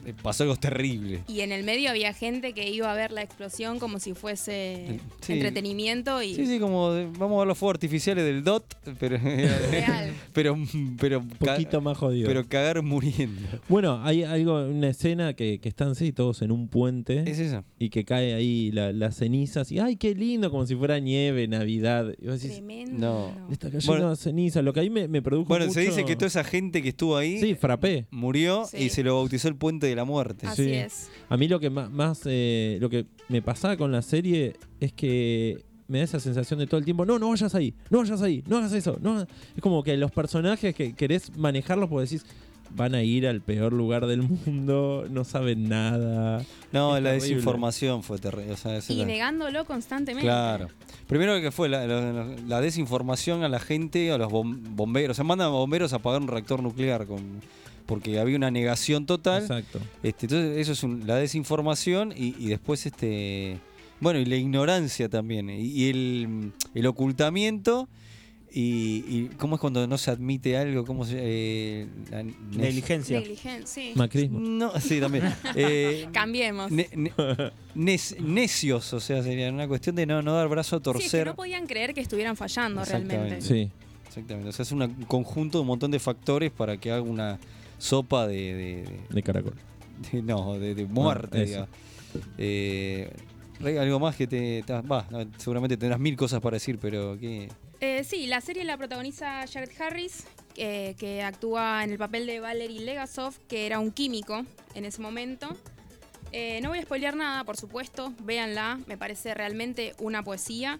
Speaker 2: eh, pasó algo terrible.
Speaker 5: Y en el medio había gente que iba a ver la explosión como si fuese
Speaker 2: Sí.
Speaker 5: entretenimiento y
Speaker 2: Sí, sí, como de- vamos a ver los fuegos artificiales del DOT, pero. [laughs]
Speaker 5: real.
Speaker 2: pero. Pero.
Speaker 4: Un
Speaker 2: ca-
Speaker 4: poquito más jodido.
Speaker 2: pero cagar muriendo.
Speaker 4: Bueno, hay algo, una escena que, que están sí, todos en un puente
Speaker 2: Es eso.
Speaker 4: y que cae ahí la- las cenizas y ¡ay, qué lindo! Como si fuera nieve, Navidad. Y vos decís,
Speaker 5: Tremendo.
Speaker 2: no.
Speaker 4: está cayendo
Speaker 2: Bueno.
Speaker 4: ceniza. Lo que ahí me, me produjo
Speaker 2: Bueno, se
Speaker 4: mucho-
Speaker 2: dice que toda esa gente que estuvo ahí
Speaker 4: Sí, frappé.
Speaker 2: murió
Speaker 5: Sí. Ah,
Speaker 2: y se lo bautizó el puente de la muerte.
Speaker 5: Así
Speaker 4: Sí.
Speaker 5: es.
Speaker 4: A mí lo que ma- más, eh, lo que me pasaba con la serie es que me da esa sensación de todo el tiempo, no, no vayas ahí, no vayas ahí, no hagas eso. No hagas-". Es como que los personajes que querés manejarlos porque decís, van a ir al peor lugar del mundo, no saben nada.
Speaker 2: No,
Speaker 4: Es
Speaker 2: la
Speaker 4: terrible.
Speaker 2: desinformación fue terrible. o sea, esa es
Speaker 5: Y
Speaker 2: la-
Speaker 5: negándolo constantemente.
Speaker 2: Claro. Primero que fue la, la- la desinformación a la gente, a los bom- bomberos. Se mandan a bomberos a apagar un reactor nuclear con, porque había una negación total.
Speaker 4: Exacto.
Speaker 2: Este, entonces, eso es un- la desinformación y, y después este. Bueno, y la ignorancia también, y, y el, el ocultamiento, y, y cómo es cuando no se admite algo, cómo se... eh, la-
Speaker 3: Negligencia.
Speaker 5: Negligencia, sí.
Speaker 4: Macrismo.
Speaker 2: No, sí, también. Eh,
Speaker 5: Cambiemos.
Speaker 2: ne- ne- nes- necios, o sea, sería una cuestión de no, no dar brazo a
Speaker 5: Sí, es que
Speaker 2: torcer.
Speaker 5: no podían creer que estuvieran fallando realmente.
Speaker 2: Exactamente.
Speaker 4: Sí.
Speaker 2: Exactamente, o sea, es una- un conjunto de un montón de factores para que haga una sopa de- de- de,
Speaker 4: De caracol.
Speaker 2: De- no, de, de muerte,
Speaker 4: eso.
Speaker 2: digamos. Eh, Rey, algo más que te. ta- va, no, seguramente tendrás mil cosas para decir, pero ¿qué?
Speaker 5: Eh, sí, la serie la protagoniza Jared Harris, que, que actúa en el papel de Valery Legasov, que era un químico en ese momento. Eh, no voy a spoilear nada, por supuesto, véanla, me parece realmente una poesía.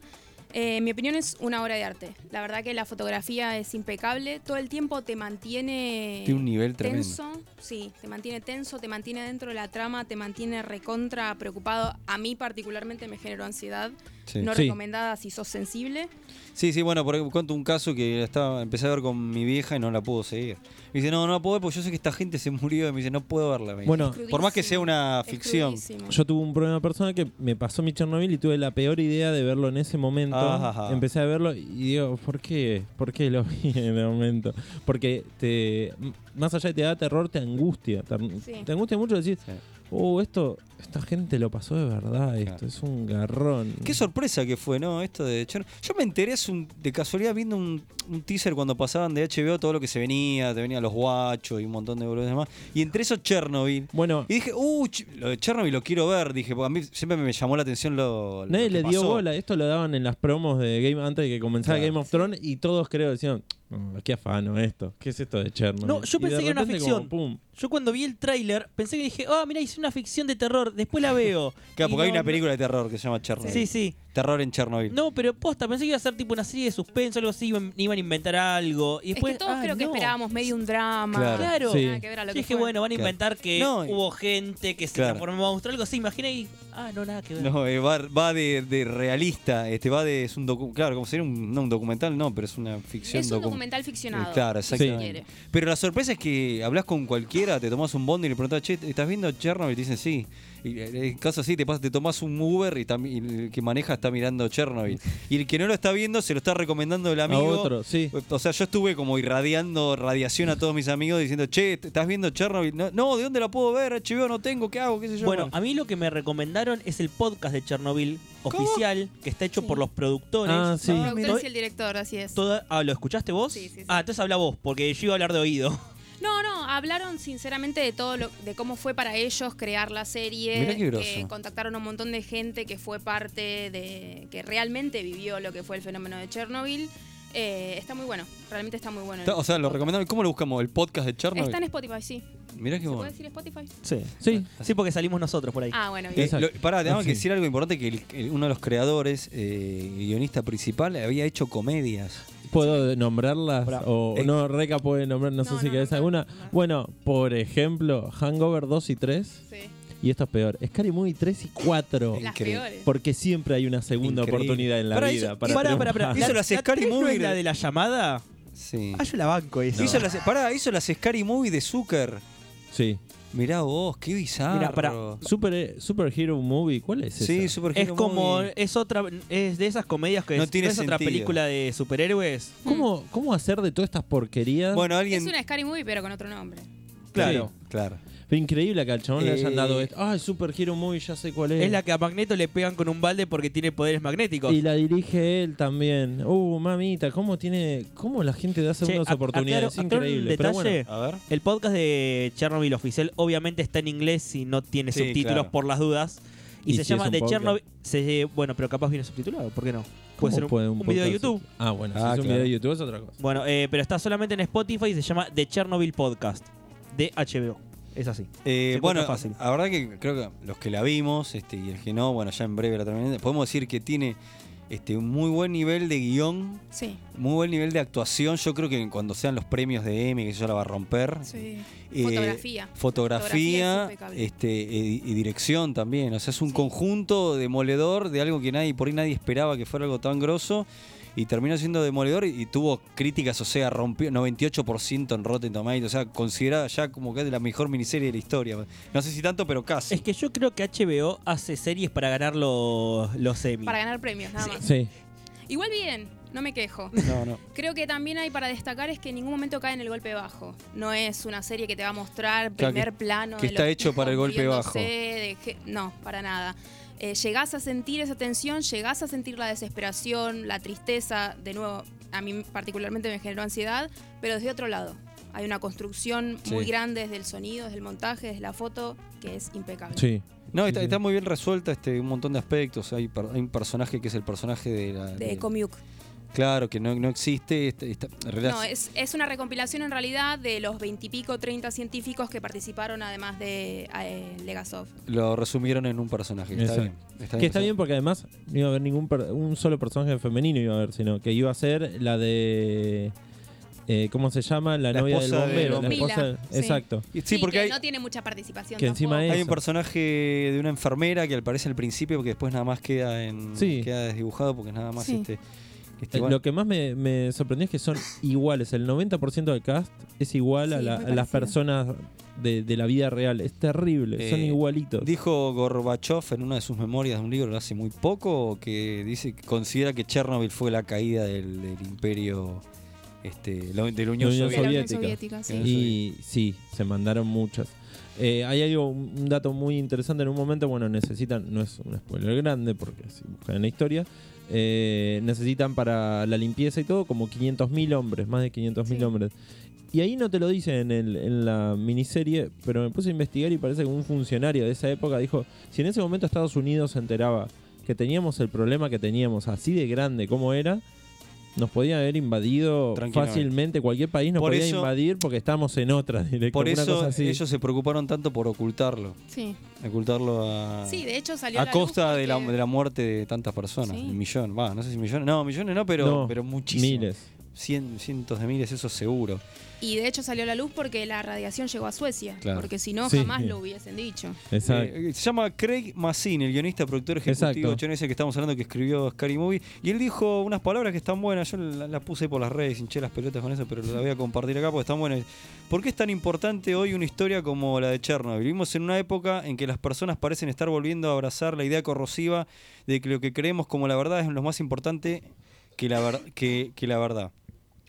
Speaker 5: Eh, mi opinión es una obra de arte. La verdad que la fotografía es impecable, todo el tiempo te mantiene
Speaker 2: Tiene un nivel tremendo.
Speaker 5: Eh, tenso, sí, te mantiene tenso, te mantiene dentro de la trama, te mantiene recontra preocupado. A mí particularmente me generó ansiedad,
Speaker 2: Sí.
Speaker 5: no
Speaker 4: Sí.
Speaker 5: recomendada si sos sensible.
Speaker 2: sí, sí, bueno, por ahí cuento un caso que estaba, empecé a ver con mi vieja y no la puedo seguir. Me dice, no, no la puedo ver porque yo sé que esta gente se murió y me dice, no puedo verla. me dice.
Speaker 4: Bueno,
Speaker 2: por más que sea una
Speaker 5: Es
Speaker 2: ficción.
Speaker 5: crudísimo.
Speaker 4: Yo tuve un problema personal que me pasó mi Chernobyl y tuve la peor idea de verlo en ese momento.
Speaker 2: Ajá.
Speaker 4: Empecé a verlo y digo, ¿por qué? ¿Por qué lo vi en el momento? Porque te m- más allá de te da terror, te angustia. Te, an-
Speaker 5: Sí.
Speaker 4: te angustia mucho decir,
Speaker 2: Sí.
Speaker 4: oh, esto, esta gente lo pasó de verdad, esto
Speaker 2: Claro.
Speaker 4: es un garrón.
Speaker 2: Qué sorpresa que fue, ¿no? Esto de Chernobyl. Yo me enteré hace un- de casualidad viendo un, un teaser cuando pasaban de HBO todo lo que se venía, te venían los guachos y un montón de boludos demás. Y entre esos Chernobyl.
Speaker 4: Bueno,
Speaker 2: Y dije, uh, ch- lo de Chernobyl lo quiero ver. Dije, porque a mí siempre me llamó la atención lo. lo
Speaker 4: nadie
Speaker 2: que
Speaker 4: le dio
Speaker 2: pasó.
Speaker 4: bola, esto lo daban en las promos de Game antes de que comenzara
Speaker 2: Claro.
Speaker 4: Game of Thrones y todos creo decían, "Mm, qué afano esto, qué es esto de Chernobyl.
Speaker 3: No, yo
Speaker 4: Y de
Speaker 3: pensé que era una
Speaker 4: repente
Speaker 3: ficción.
Speaker 4: pum.
Speaker 3: Yo cuando vi el tráiler pensé que dije, ah, mira, hice una ficción de terror, después la veo.
Speaker 2: Claro,
Speaker 3: Y
Speaker 2: porque hay
Speaker 3: no,
Speaker 2: una
Speaker 3: no-
Speaker 2: película de terror que se llama Chernobyl.
Speaker 3: Sí, sí.
Speaker 2: Terror en Chernobyl.
Speaker 3: No, pero posta, pensé que iba a ser tipo una serie de suspenso, algo así, iban, iban a inventar algo. Y después,
Speaker 5: es que todos
Speaker 3: ah,
Speaker 5: creo que
Speaker 3: no.
Speaker 5: esperábamos medio un drama.
Speaker 2: Claro.
Speaker 3: Claro.
Speaker 4: Sí.
Speaker 5: Nada que ver a lo
Speaker 3: Yo
Speaker 5: que
Speaker 3: dije,
Speaker 5: fue.
Speaker 3: bueno, van a
Speaker 2: Claro.
Speaker 3: inventar que
Speaker 2: No, y-
Speaker 3: hubo gente que se
Speaker 2: Claro.
Speaker 3: transformó en monstruo, algo así, imagina y. Ah, no, nada que ver.
Speaker 2: No, eh, va, va de, de realista, este va de es un docu- claro, como sería un, no, un documental, no, pero es una ficción
Speaker 5: Es un
Speaker 2: docu-
Speaker 5: documental ficcionado.
Speaker 2: Eh, Claro,
Speaker 5: si
Speaker 2: exactamente.
Speaker 5: quiere.
Speaker 2: Pero la sorpresa es que hablas con cualquiera, te tomás un bondi y le preguntás, che, ¿estás viendo Chernobyl? Y te dicen sí. Y eh, en caso así, te, pasas, te tomás un Uber y, tam- y el que maneja está mirando Chernobyl. Y el que no lo está viendo se lo está recomendando el amigo.
Speaker 4: A otro, sí.
Speaker 2: O sea, yo estuve como irradiando radiación a todos mis amigos diciendo, che, ¿te- ¿estás viendo Chernobyl? No, no, ¿de dónde la puedo ver? HBO no tengo, ¿qué hago? ¿Qué sé yo?
Speaker 3: Bueno, a mí lo que me recomendaron es el podcast de Chernobyl oficial, que está hecho por los productores.
Speaker 4: Ah, sí.
Speaker 5: El productor
Speaker 3: Estoy-
Speaker 5: es el director, así es.
Speaker 3: Toda- ah, ¿lo escuchaste vos?
Speaker 5: Sí, sí, sí.
Speaker 3: Ah, entonces habla vos, porque yo iba a hablar de oído.
Speaker 5: No, no, hablaron sinceramente de todo lo, de cómo fue para ellos crear la serie.
Speaker 2: Mirá qué groso.
Speaker 5: que contactaron a un montón de gente que fue parte de. que realmente vivió lo que fue el fenómeno de Chernobyl. Eh, está muy bueno, realmente está muy bueno.
Speaker 2: Está- o sea, lo recomendamos. ¿Cómo lo buscamos? ¿El podcast de Chernobyl?
Speaker 5: Está en Spotify, sí.
Speaker 2: Mirá qué
Speaker 5: ¿Se
Speaker 2: bueno.
Speaker 5: puede decir Spotify?
Speaker 3: Sí.
Speaker 4: Sí,
Speaker 3: Sí, porque salimos nosotros por ahí.
Speaker 5: Ah, bueno,
Speaker 2: Eh,
Speaker 5: bien.
Speaker 4: Exacto.
Speaker 2: lo- pará, tengo
Speaker 4: Ah,
Speaker 2: que
Speaker 4: sí.
Speaker 2: decir algo importante, que el- el- uno de los creadores, eh, guionista principal, había hecho comedias.
Speaker 4: ¿Puedo nombrarlas?
Speaker 2: Hola.
Speaker 4: O
Speaker 2: Eh,
Speaker 4: no, Reca puede nombrar, no,
Speaker 5: No,
Speaker 4: sé si
Speaker 5: no,
Speaker 4: querés
Speaker 5: no,
Speaker 4: alguna.
Speaker 5: no, no.
Speaker 4: Bueno, por ejemplo, Hangover 2 y 3.
Speaker 5: Sí.
Speaker 4: Y esto es peor. Scary Movie 3 y 4.
Speaker 5: Las
Speaker 2: Increíble.
Speaker 5: peores.
Speaker 4: Porque siempre hay una segunda
Speaker 2: Increíble.
Speaker 4: oportunidad en la
Speaker 2: Pará,
Speaker 4: vida.
Speaker 2: eso-
Speaker 4: para
Speaker 3: pará, pará,
Speaker 4: triunfar.
Speaker 3: pará.
Speaker 2: Hizo
Speaker 3: Ah. La-
Speaker 2: las
Speaker 3: la
Speaker 2: Scary
Speaker 3: tres no
Speaker 2: Movie
Speaker 3: es la de la llamada?
Speaker 2: Sí.
Speaker 3: Ah, yo la banco esa.
Speaker 2: Hizo, las, pará, hizo las Scary Movie de Zucker.
Speaker 4: Sí.
Speaker 2: Mirá vos, qué bizarro.
Speaker 3: Mirá, pará.
Speaker 4: Super, eh, Superhero Movie, ¿cuál es esa?
Speaker 2: Sí, Super
Speaker 3: Es
Speaker 2: Hero
Speaker 3: como,
Speaker 2: Movie.
Speaker 3: es otra, es de esas comedias que
Speaker 2: No
Speaker 3: es,
Speaker 2: tiene
Speaker 3: es otra
Speaker 2: sentido.
Speaker 3: película de superhéroes.
Speaker 4: ¿Cómo, ¿Cómo hacer de todas estas porquerías?
Speaker 2: Bueno,
Speaker 5: Es
Speaker 2: alguien.
Speaker 5: una Scary Movie, pero con otro nombre.
Speaker 3: Claro.
Speaker 2: Sí, claro.
Speaker 4: Fue increíble que al chabón le hayan
Speaker 2: Eh,
Speaker 4: dado esto. Ah, Superhero Movie, ya sé cuál es.
Speaker 3: Es la que a Magneto le pegan con un balde porque tiene poderes magnéticos.
Speaker 4: y la dirige él también. Uh, mamita, cómo tiene, cómo la gente da segundas
Speaker 3: ac- aclaro-
Speaker 4: oportunidades.
Speaker 3: aclaro un
Speaker 4: Increíble. Pero bueno,
Speaker 3: detalle.
Speaker 2: A ver.
Speaker 3: El podcast de Chernobyl oficial obviamente está en inglés y no tiene
Speaker 2: Sí,
Speaker 3: subtítulos
Speaker 2: claro.
Speaker 3: por las dudas. Y,
Speaker 4: ¿Y
Speaker 3: se
Speaker 4: si
Speaker 3: llama
Speaker 4: es un
Speaker 3: The
Speaker 4: podcast?
Speaker 3: Chernobyl. se- bueno, pero capaz viene subtitulado, ¿por qué no?
Speaker 4: ¿Cómo
Speaker 3: Puede ser un,
Speaker 4: puede
Speaker 3: un video de
Speaker 4: podcast-
Speaker 3: YouTube.
Speaker 4: Ah, bueno,
Speaker 2: Ah,
Speaker 4: si es un
Speaker 2: claro.
Speaker 4: video de YouTube es otra cosa.
Speaker 3: Bueno, eh, pero está solamente en Spotify y se llama The Chernobyl Podcast de HBO. Es así.
Speaker 2: Eh,
Speaker 3: Se
Speaker 2: bueno,
Speaker 3: encuentra fácil.
Speaker 2: la verdad que creo que los que la vimos este, y el que no, bueno, ya en breve la terminamos. Podemos decir que tiene este, un muy buen nivel de guión,
Speaker 5: Sí.
Speaker 2: muy buen nivel de actuación. Yo creo que cuando sean los premios de Emmy, que yo la va a romper.
Speaker 5: Sí.
Speaker 2: Eh,
Speaker 5: Fotografía.
Speaker 2: Fotografía,
Speaker 5: Fotografía es impecable.
Speaker 2: este, y, y dirección también. O sea, es un
Speaker 5: Sí.
Speaker 2: conjunto demoledor de algo que nadie, por ahí nadie esperaba que fuera algo tan grosso. y terminó siendo demoledor y, y tuvo críticas, o sea, rompió 98% en Rotten Tomatoes, o sea, considerada ya como que es de la mejor miniserie de la historia. No sé si tanto, pero casi.
Speaker 3: Es que yo creo que HBO hace series para ganar los, los Emmy.
Speaker 5: Para ganar premios, nada más.
Speaker 4: Sí.
Speaker 5: Igual bien, no
Speaker 2: [laughs]
Speaker 5: me quejo.
Speaker 2: No, no.
Speaker 5: Creo que también hay para destacar es que en ningún momento cae en el golpe bajo. No es una serie que te va a mostrar
Speaker 2: Claro,
Speaker 5: primer
Speaker 2: que-
Speaker 5: plano.
Speaker 2: que
Speaker 5: de
Speaker 2: está
Speaker 5: los
Speaker 2: hecho para el
Speaker 5: tipos
Speaker 2: golpe bajo.
Speaker 5: riéndose, de ge- no, para nada. Eh, llegás a sentir esa tensión, llegás a sentir la desesperación, la tristeza. De nuevo, a mí particularmente me generó ansiedad, pero desde otro lado. Hay una construcción muy
Speaker 2: Sí.
Speaker 5: grande desde el sonido, desde el montaje, desde la foto, que es impecable.
Speaker 4: Sí.
Speaker 2: No, está,
Speaker 4: Sí, sí.
Speaker 2: está muy bien resuelta este, un montón de aspectos. Hay, per- hay un personaje que es el personaje de la.
Speaker 5: De
Speaker 2: de-
Speaker 5: Comiuk.
Speaker 2: claro, que no, no existe. este- esta- en realidad
Speaker 5: No, es, es una recompilación en realidad de los veintipico, treinta científicos que participaron además de eh, Legasov.
Speaker 2: Lo resumieron en un personaje. Está
Speaker 4: Exacto.
Speaker 2: bien. Está
Speaker 4: Que está bien porque además no iba a haber ningún per- un solo personaje femenino iba a haber, sino que iba a ser la de eh, ¿cómo se llama? La,
Speaker 2: La
Speaker 4: novia del
Speaker 2: esposa del
Speaker 4: bombero, la
Speaker 5: bombero.
Speaker 4: esposa,
Speaker 5: Pila, sí.
Speaker 4: exacto.
Speaker 2: Y Sí, porque
Speaker 5: que
Speaker 2: hay,
Speaker 5: no tiene mucha participación.
Speaker 4: que encima
Speaker 5: tampoco.
Speaker 4: es-
Speaker 2: hay un personaje de una enfermera que aparece al principio, porque después nada más queda en
Speaker 4: Sí.
Speaker 2: queda desdibujado, porque nada más
Speaker 5: Sí.
Speaker 2: este. este,
Speaker 4: Eh,
Speaker 2: bueno,
Speaker 4: Lo que más me, me sorprendió es que son iguales. El 90% del cast es igual a,
Speaker 5: Sí,
Speaker 4: la-
Speaker 5: muy
Speaker 4: a las
Speaker 5: parecido.
Speaker 4: personas de, de la vida real. Es terrible. son
Speaker 2: Eh,
Speaker 4: igualitos.
Speaker 2: Dijo Gorbachev en una de sus memorias de un libro hace muy poco que dice que considera que Chernobyl fue la caída del, del imperio este, lo- de la Unión
Speaker 4: La Unión
Speaker 5: De la
Speaker 2: Soviética.
Speaker 5: Unión
Speaker 4: soviética.
Speaker 5: Soviética, sí.
Speaker 2: Eso
Speaker 4: Y sí, se mandaron muchas. Eh, hay algo, un un dato muy interesante en un momento, bueno, necesitan, no es un spoiler grande porque si buscan en la historia, eh, necesitan para la limpieza y todo como 500.000 hombres, más de 500.000
Speaker 5: Sí.
Speaker 4: hombres. Y ahí no te lo dicen en, el- en la miniserie, pero me puse a investigar y parece que un funcionario de esa época dijo, si en ese momento Estados Unidos se enteraba que teníamos el problema que teníamos, así de grande como era, nos podían haber invadido
Speaker 2: Tranquilamente.
Speaker 4: fácilmente cualquier país, nos
Speaker 2: Por
Speaker 4: podía
Speaker 2: eso-
Speaker 4: invadir porque estamos en otra [laughs] directa.
Speaker 2: Por
Speaker 4: una
Speaker 2: eso
Speaker 4: cosa así.
Speaker 2: ellos se preocuparon tanto por ocultarlo.
Speaker 5: Sí.
Speaker 2: Ocultarlo a,
Speaker 5: Sí, de hecho salió
Speaker 2: Ah. a
Speaker 5: la luz
Speaker 2: costa de la,
Speaker 5: porque-
Speaker 2: de la muerte de tantas personas.
Speaker 5: Sí.
Speaker 2: Un millón, va, no sé si millones. No, millones no, pero,
Speaker 4: No,
Speaker 2: pero muchísimos.
Speaker 4: Miles.
Speaker 2: Cien- cientos de miles, eso seguro.
Speaker 5: Y de hecho salió la luz porque la radiación llegó a Suecia.
Speaker 2: Claro.
Speaker 5: Porque si no,
Speaker 4: Sí.
Speaker 5: jamás lo hubiesen dicho.
Speaker 4: Exacto.
Speaker 2: Eh, eh, se llama Craig Massin, el guionista, productor ejecutivo,
Speaker 4: Exacto.
Speaker 2: John ese que estamos hablando, que escribió Scary Movie. Y él dijo unas palabras que están buenas. Yo la- las puse ahí por las redes, hinché las pelotas con eso, pero las voy a compartir acá porque están buenas. ¿Por qué es tan importante hoy una historia como la de Chernobyl? Vivimos en una época en que las personas parecen estar volviendo a abrazar la idea corrosiva de que lo que creemos como la verdad es lo más importante que la, ver- que- que la verdad.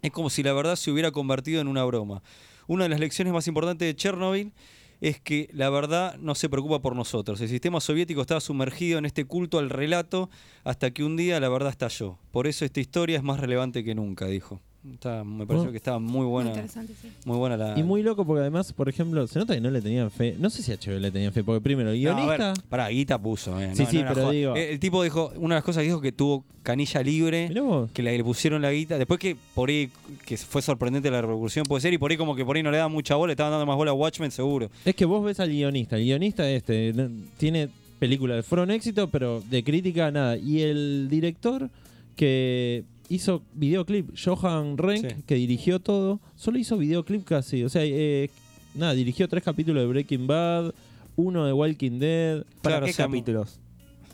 Speaker 2: Es como si la verdad se hubiera convertido en una broma. Una de las lecciones más importantes de Chernobyl es que la verdad no se preocupa por nosotros. El sistema soviético estaba sumergido en este culto al relato hasta que un día la verdad estalló. Por eso esta historia es más relevante que nunca, dijo. Está- me pareció
Speaker 4: Bueno.
Speaker 2: que estaba muy
Speaker 5: Muy
Speaker 2: buena,
Speaker 5: interesante, sí.
Speaker 2: muy buena la...
Speaker 4: Oh. Y muy loco porque además, por ejemplo, se nota que no le tenían fe. No sé si a HBO le tenían fe, porque primero el
Speaker 2: No, a
Speaker 4: guionista.
Speaker 2: ver, pará, guita puso. eh,
Speaker 4: Sí,
Speaker 2: no,
Speaker 4: sí,
Speaker 2: no era
Speaker 4: pero
Speaker 2: joda.
Speaker 4: digo-
Speaker 2: Eh, El, tipo dijo, una de las cosas que dijo que tuvo canilla libre.
Speaker 4: mirá vos.
Speaker 2: que le, le pusieron la guita. Después que por ahí, que fue sorprendente la revolución, puede ser, y por ahí como que por ahí no le daban mucha bola, le estaban dando más bola a Watchmen, seguro.
Speaker 4: Es que vos ves al guionista. El guionista este no- tiene películas que fueron éxito, pero de crítica nada. Y el director que hizo videoclip, Johan Renck,
Speaker 2: Sí.
Speaker 4: que dirigió todo, solo hizo videoclip casi. O sea, eh, nada, dirigió tres capítulos de Breaking Bad, uno de Walking Dead.
Speaker 3: ¿Para
Speaker 2: Claro,
Speaker 3: qué
Speaker 2: o sea,
Speaker 3: capítulos?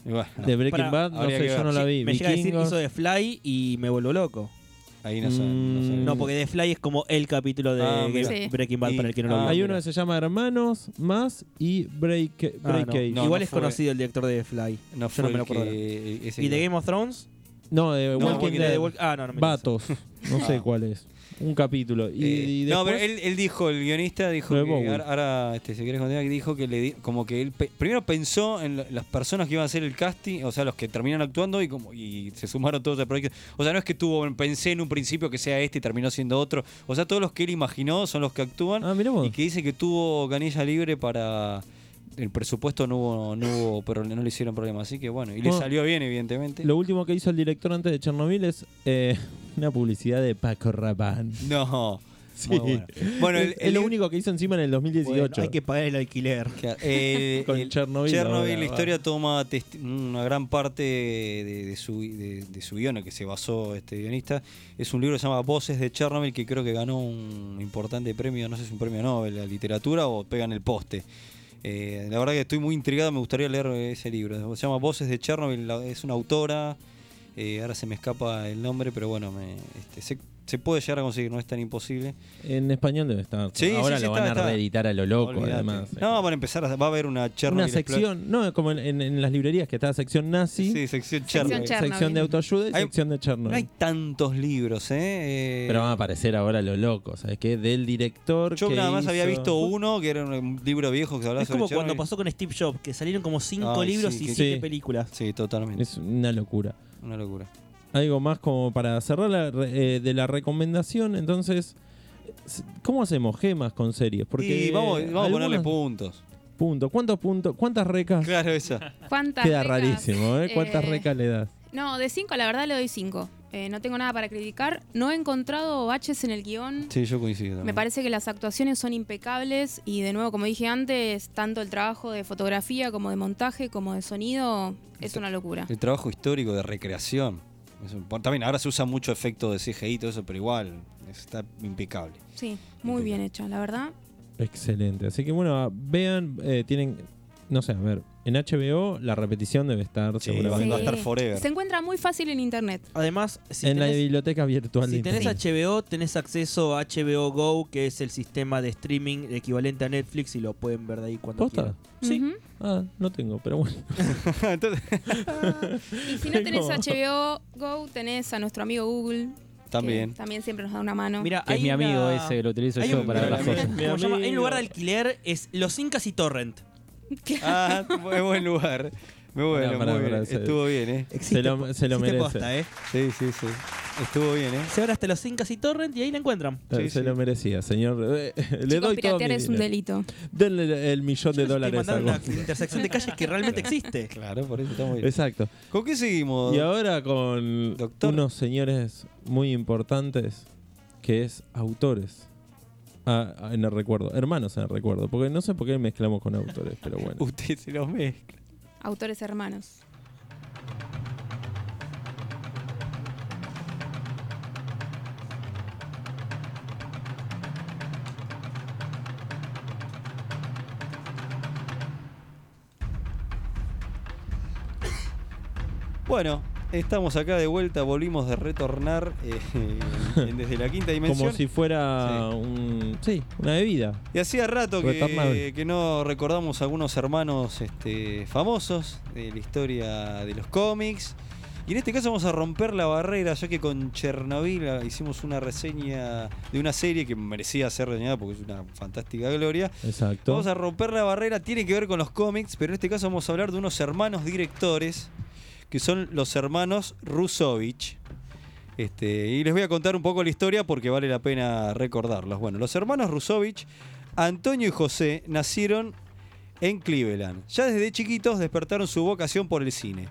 Speaker 2: Y bueno,
Speaker 4: De Breaking
Speaker 3: Para-
Speaker 4: Bad, no
Speaker 2: habría
Speaker 4: sé,
Speaker 2: que
Speaker 4: yo
Speaker 2: ver.
Speaker 4: no la
Speaker 3: Sí,
Speaker 4: vi.
Speaker 3: me llega a decir
Speaker 4: Vikingos.
Speaker 3: hizo de Fly y me vuelvo loco.
Speaker 2: ahí no sé. No, sé.
Speaker 4: Mm,
Speaker 3: No, porque The Fly es como el capítulo de
Speaker 2: Ah, mira.
Speaker 5: Sí.
Speaker 3: Breaking Bad
Speaker 2: Y-
Speaker 3: para el que no lo
Speaker 2: ah,
Speaker 3: vio.
Speaker 4: Hay
Speaker 2: mira.
Speaker 4: uno que se llama Hermanos, Más y Break,
Speaker 3: Ah, no.
Speaker 4: Breakage.
Speaker 2: No,
Speaker 4: no.
Speaker 3: Igual
Speaker 2: no
Speaker 3: es
Speaker 2: fue-
Speaker 3: conocido el director de The Fly.
Speaker 2: no
Speaker 3: yo
Speaker 2: fue
Speaker 3: no me
Speaker 2: el
Speaker 3: lo acuerdo. ahora.
Speaker 2: que- ese
Speaker 3: ¿Y de
Speaker 2: que-
Speaker 3: Game of Thrones?
Speaker 4: de
Speaker 2: No,
Speaker 4: Walking
Speaker 2: Walking
Speaker 4: Dead.
Speaker 3: de Walk- ah, no, no me
Speaker 4: Vatos. No sé
Speaker 2: Ah.
Speaker 4: cuál es. Un capítulo. Y,
Speaker 2: Eh,
Speaker 4: y
Speaker 2: no,
Speaker 4: después-
Speaker 2: pero él, él dijo, el guionista dijo
Speaker 4: Lo de
Speaker 2: que
Speaker 4: Bowie.
Speaker 2: ahora- ahora, este, si querés continuar, que dijo que le di- como que él pe- primero pensó en la- las personas que iban a hacer el casting, o sea, los que terminan actuando y como y se sumaron todos al proyecto. O sea, no es que tuvo pensé en un principio que sea este y terminó siendo otro. O sea, todos los que él imaginó son los que actúan
Speaker 4: Ah, mirá vos.
Speaker 2: y que dice que tuvo canilla libre para el presupuesto no hubo, no hubo, pero no le hicieron problema, así que bueno, y le
Speaker 4: Bueno,
Speaker 2: salió bien evidentemente.
Speaker 4: Lo último que hizo el director antes de Chernobyl es eh, [laughs] una publicidad de Paco Rabanne.
Speaker 2: No.
Speaker 4: Sí.
Speaker 2: Muy Ah, bueno. Bueno, el,
Speaker 4: es, es lo
Speaker 2: el-
Speaker 4: único que hizo encima en el 2018.
Speaker 3: Bueno, hay que pagar el alquiler.
Speaker 2: Claro, eh,
Speaker 4: Con
Speaker 2: el-
Speaker 4: Chernobyl ahora,
Speaker 2: la
Speaker 4: va.
Speaker 2: historia toma testi- una gran parte de, de su, de, de su guion, en que se basó este guionista. Es un libro que se llama Voces de Chernobyl, que creo que ganó un importante premio, no sé si es un premio Nobel, la literatura o pegan el poste. Eh, la verdad que estoy muy intrigado, me gustaría leer ese libro. Se llama Voces de Chernobyl, la- es una autora Eh, ahora se me escapa el nombre, pero bueno, me- este, se, se puede llegar a conseguir, no es tan imposible.
Speaker 4: En español debe estar.
Speaker 2: Sí,
Speaker 4: Ahora
Speaker 2: sí, sí,
Speaker 4: lo
Speaker 2: está,
Speaker 4: van
Speaker 2: está.
Speaker 4: a reeditar a lo loco,
Speaker 2: Olvídate.
Speaker 4: además. eh.
Speaker 2: No, van a empezar, a- va a haber una Chernobyl.
Speaker 4: una sección, no, como en, en- en las librerías que está la sección nazi,
Speaker 2: Explo- Sí, sección
Speaker 5: Sección
Speaker 2: Chernobyl.
Speaker 5: Chernobyl.
Speaker 4: sección de autoayuda y
Speaker 2: Hay-
Speaker 4: sección de Chernobyl.
Speaker 2: No hay tantos libros, ¿eh? Eh,
Speaker 4: Pero ah, van a aparecer ahora lo loco, ¿sabes qué? Del director.
Speaker 2: yo
Speaker 4: que
Speaker 2: nada más había
Speaker 4: hizo-
Speaker 2: visto uno que era un libro viejo que hablaba
Speaker 3: Es
Speaker 2: sobre
Speaker 3: como cuando
Speaker 1: eh.
Speaker 2: Chernobyl.
Speaker 3: pasó con Steve Jobs, que salieron como cinco
Speaker 2: Ay,
Speaker 3: libros
Speaker 2: sí,
Speaker 3: y
Speaker 2: que-
Speaker 3: siete
Speaker 4: Sí.
Speaker 3: películas.
Speaker 2: Sí, totalmente.
Speaker 4: Es una locura.
Speaker 2: Una locura.
Speaker 4: Algo más como para cerrar la re- eh, de la recomendación, entonces. ¿Cómo hacemos gemas con series? Porque
Speaker 2: y vamos, vamos a ponerle
Speaker 4: algunas-
Speaker 2: puntos.
Speaker 4: puntos. ¿Cuántos puntos? ¿Cuántas recas?
Speaker 2: Claro,
Speaker 5: [laughs]
Speaker 2: esa.
Speaker 5: ¿Cuántas
Speaker 4: Queda
Speaker 5: becas?
Speaker 4: rarísimo, ¿eh? ¿Cuántas
Speaker 5: Eh,
Speaker 4: recas le das?
Speaker 5: No, de 5 la verdad le doy 5. no tengo nada para criticar. No he encontrado baches en el guión.
Speaker 2: Sí, yo coincido.
Speaker 5: Me
Speaker 2: también.
Speaker 5: parece que las actuaciones son impecables y de nuevo, como dije antes, tanto el trabajo de fotografía como de montaje como de sonido es una locura.
Speaker 2: El trabajo histórico de recreación. Es un- también ahora se usa mucho efecto de CGI y todo eso, pero igual está impecable. [laughs]
Speaker 5: Sí, muy bien hecha, la verdad.
Speaker 4: Excelente. Así que bueno, vean, eh, tienen, no sé, a ver, en HBO la repetición debe estar
Speaker 2: va,
Speaker 4: seguramente
Speaker 2: va a estar forever.
Speaker 5: Se encuentra muy fácil en internet.
Speaker 3: Además, si
Speaker 4: en la
Speaker 3: tenés-
Speaker 4: biblioteca virtual. de
Speaker 3: Si tenés
Speaker 4: internet.
Speaker 3: HBO, tenés acceso a HBO Go, que es el sistema de streaming equivalente a Netflix y lo pueden ver de ahí cuando
Speaker 4: ¿Posta?
Speaker 3: quieran. Sí.
Speaker 5: Ujú.
Speaker 4: Ah, no tengo,
Speaker 2: [laughs]
Speaker 4: pero bueno.
Speaker 2: Ah, Entonces,
Speaker 5: Y si no
Speaker 4: [laughs]
Speaker 5: tenés
Speaker 4: ¿Cómo?
Speaker 5: HBO Go, tenés a nuestro amigo Google. que
Speaker 2: también.
Speaker 5: También siempre nos da una mano.
Speaker 3: Mira,
Speaker 1: Que es
Speaker 3: hay
Speaker 1: mi amigo
Speaker 3: una-
Speaker 1: ese, lo utilizo
Speaker 3: hay
Speaker 1: yo
Speaker 3: un-
Speaker 1: para ver
Speaker 3: hay
Speaker 1: las
Speaker 3: un-
Speaker 1: cosas.
Speaker 3: ¿cómo
Speaker 4: Mi
Speaker 3: se llama? Hay un
Speaker 4: amigo.
Speaker 3: lugar de alquiler, es Los Incas y Torrent.
Speaker 2: Ah, es buen lugar. Muy bueno,
Speaker 4: No, pará,
Speaker 2: muy bien.
Speaker 4: pará, se-
Speaker 2: Estuvo bien, ¿eh?
Speaker 4: Se lo- se lo
Speaker 3: existe
Speaker 4: merece.
Speaker 3: posta, ¿eh?
Speaker 2: Sí, sí, sí. Estuvo bien, ¿eh?
Speaker 3: Se van hasta Los Incas y Torrent y ahí la encuentran.
Speaker 4: Eh,
Speaker 2: Sí, sí.
Speaker 4: se lo merecía, señor. Eh, le
Speaker 5: Chicos,
Speaker 4: doy todo
Speaker 5: piratear
Speaker 4: mi
Speaker 5: es un
Speaker 4: dinero.
Speaker 5: delito.
Speaker 4: Denle el millón de
Speaker 3: Te
Speaker 4: dólares. a
Speaker 3: mandaron
Speaker 4: Gonzalo.
Speaker 3: una intersección de calles que
Speaker 2: [laughs]
Speaker 3: realmente existe.
Speaker 2: Claro, por eso estamos bien.
Speaker 4: Exacto.
Speaker 2: ¿Con qué seguimos?
Speaker 4: Y ahora [laughs] con
Speaker 2: Doctor.
Speaker 4: unos señores muy importantes que es autores. Ah, ah, en el recuerdo, hermanos en el recuerdo, porque no sé por qué mezclamos con autores, pero bueno.
Speaker 2: [laughs] Usted se los mezcla.
Speaker 5: Autores hermanos.
Speaker 2: Bueno, estamos acá de vuelta, volvimos de retornar eh, en- desde la quinta dimensión.
Speaker 4: Como si fuera un. Sí, una bebida.
Speaker 2: Y hacía rato que,
Speaker 4: Retornable.
Speaker 2: que no recordamos algunos hermanos este, famosos de la historia de los cómics. Y en este caso vamos a romper la barrera, ya que con Chernobyl ah, hicimos una reseña de una serie que merecía ser reseñada porque es una fantástica gloria.
Speaker 4: Exacto.
Speaker 2: Vamos a romper la barrera, tiene que ver con los cómics, pero en este caso vamos a hablar de unos hermanos directores, que son los hermanos Rusovich. Este, y les voy a contar un poco la historia porque vale la pena recordarlos. Bueno, los hermanos Rusovich, Antonio y José, nacieron en Cleveland. Ya desde chiquitos despertaron su vocación por el cine.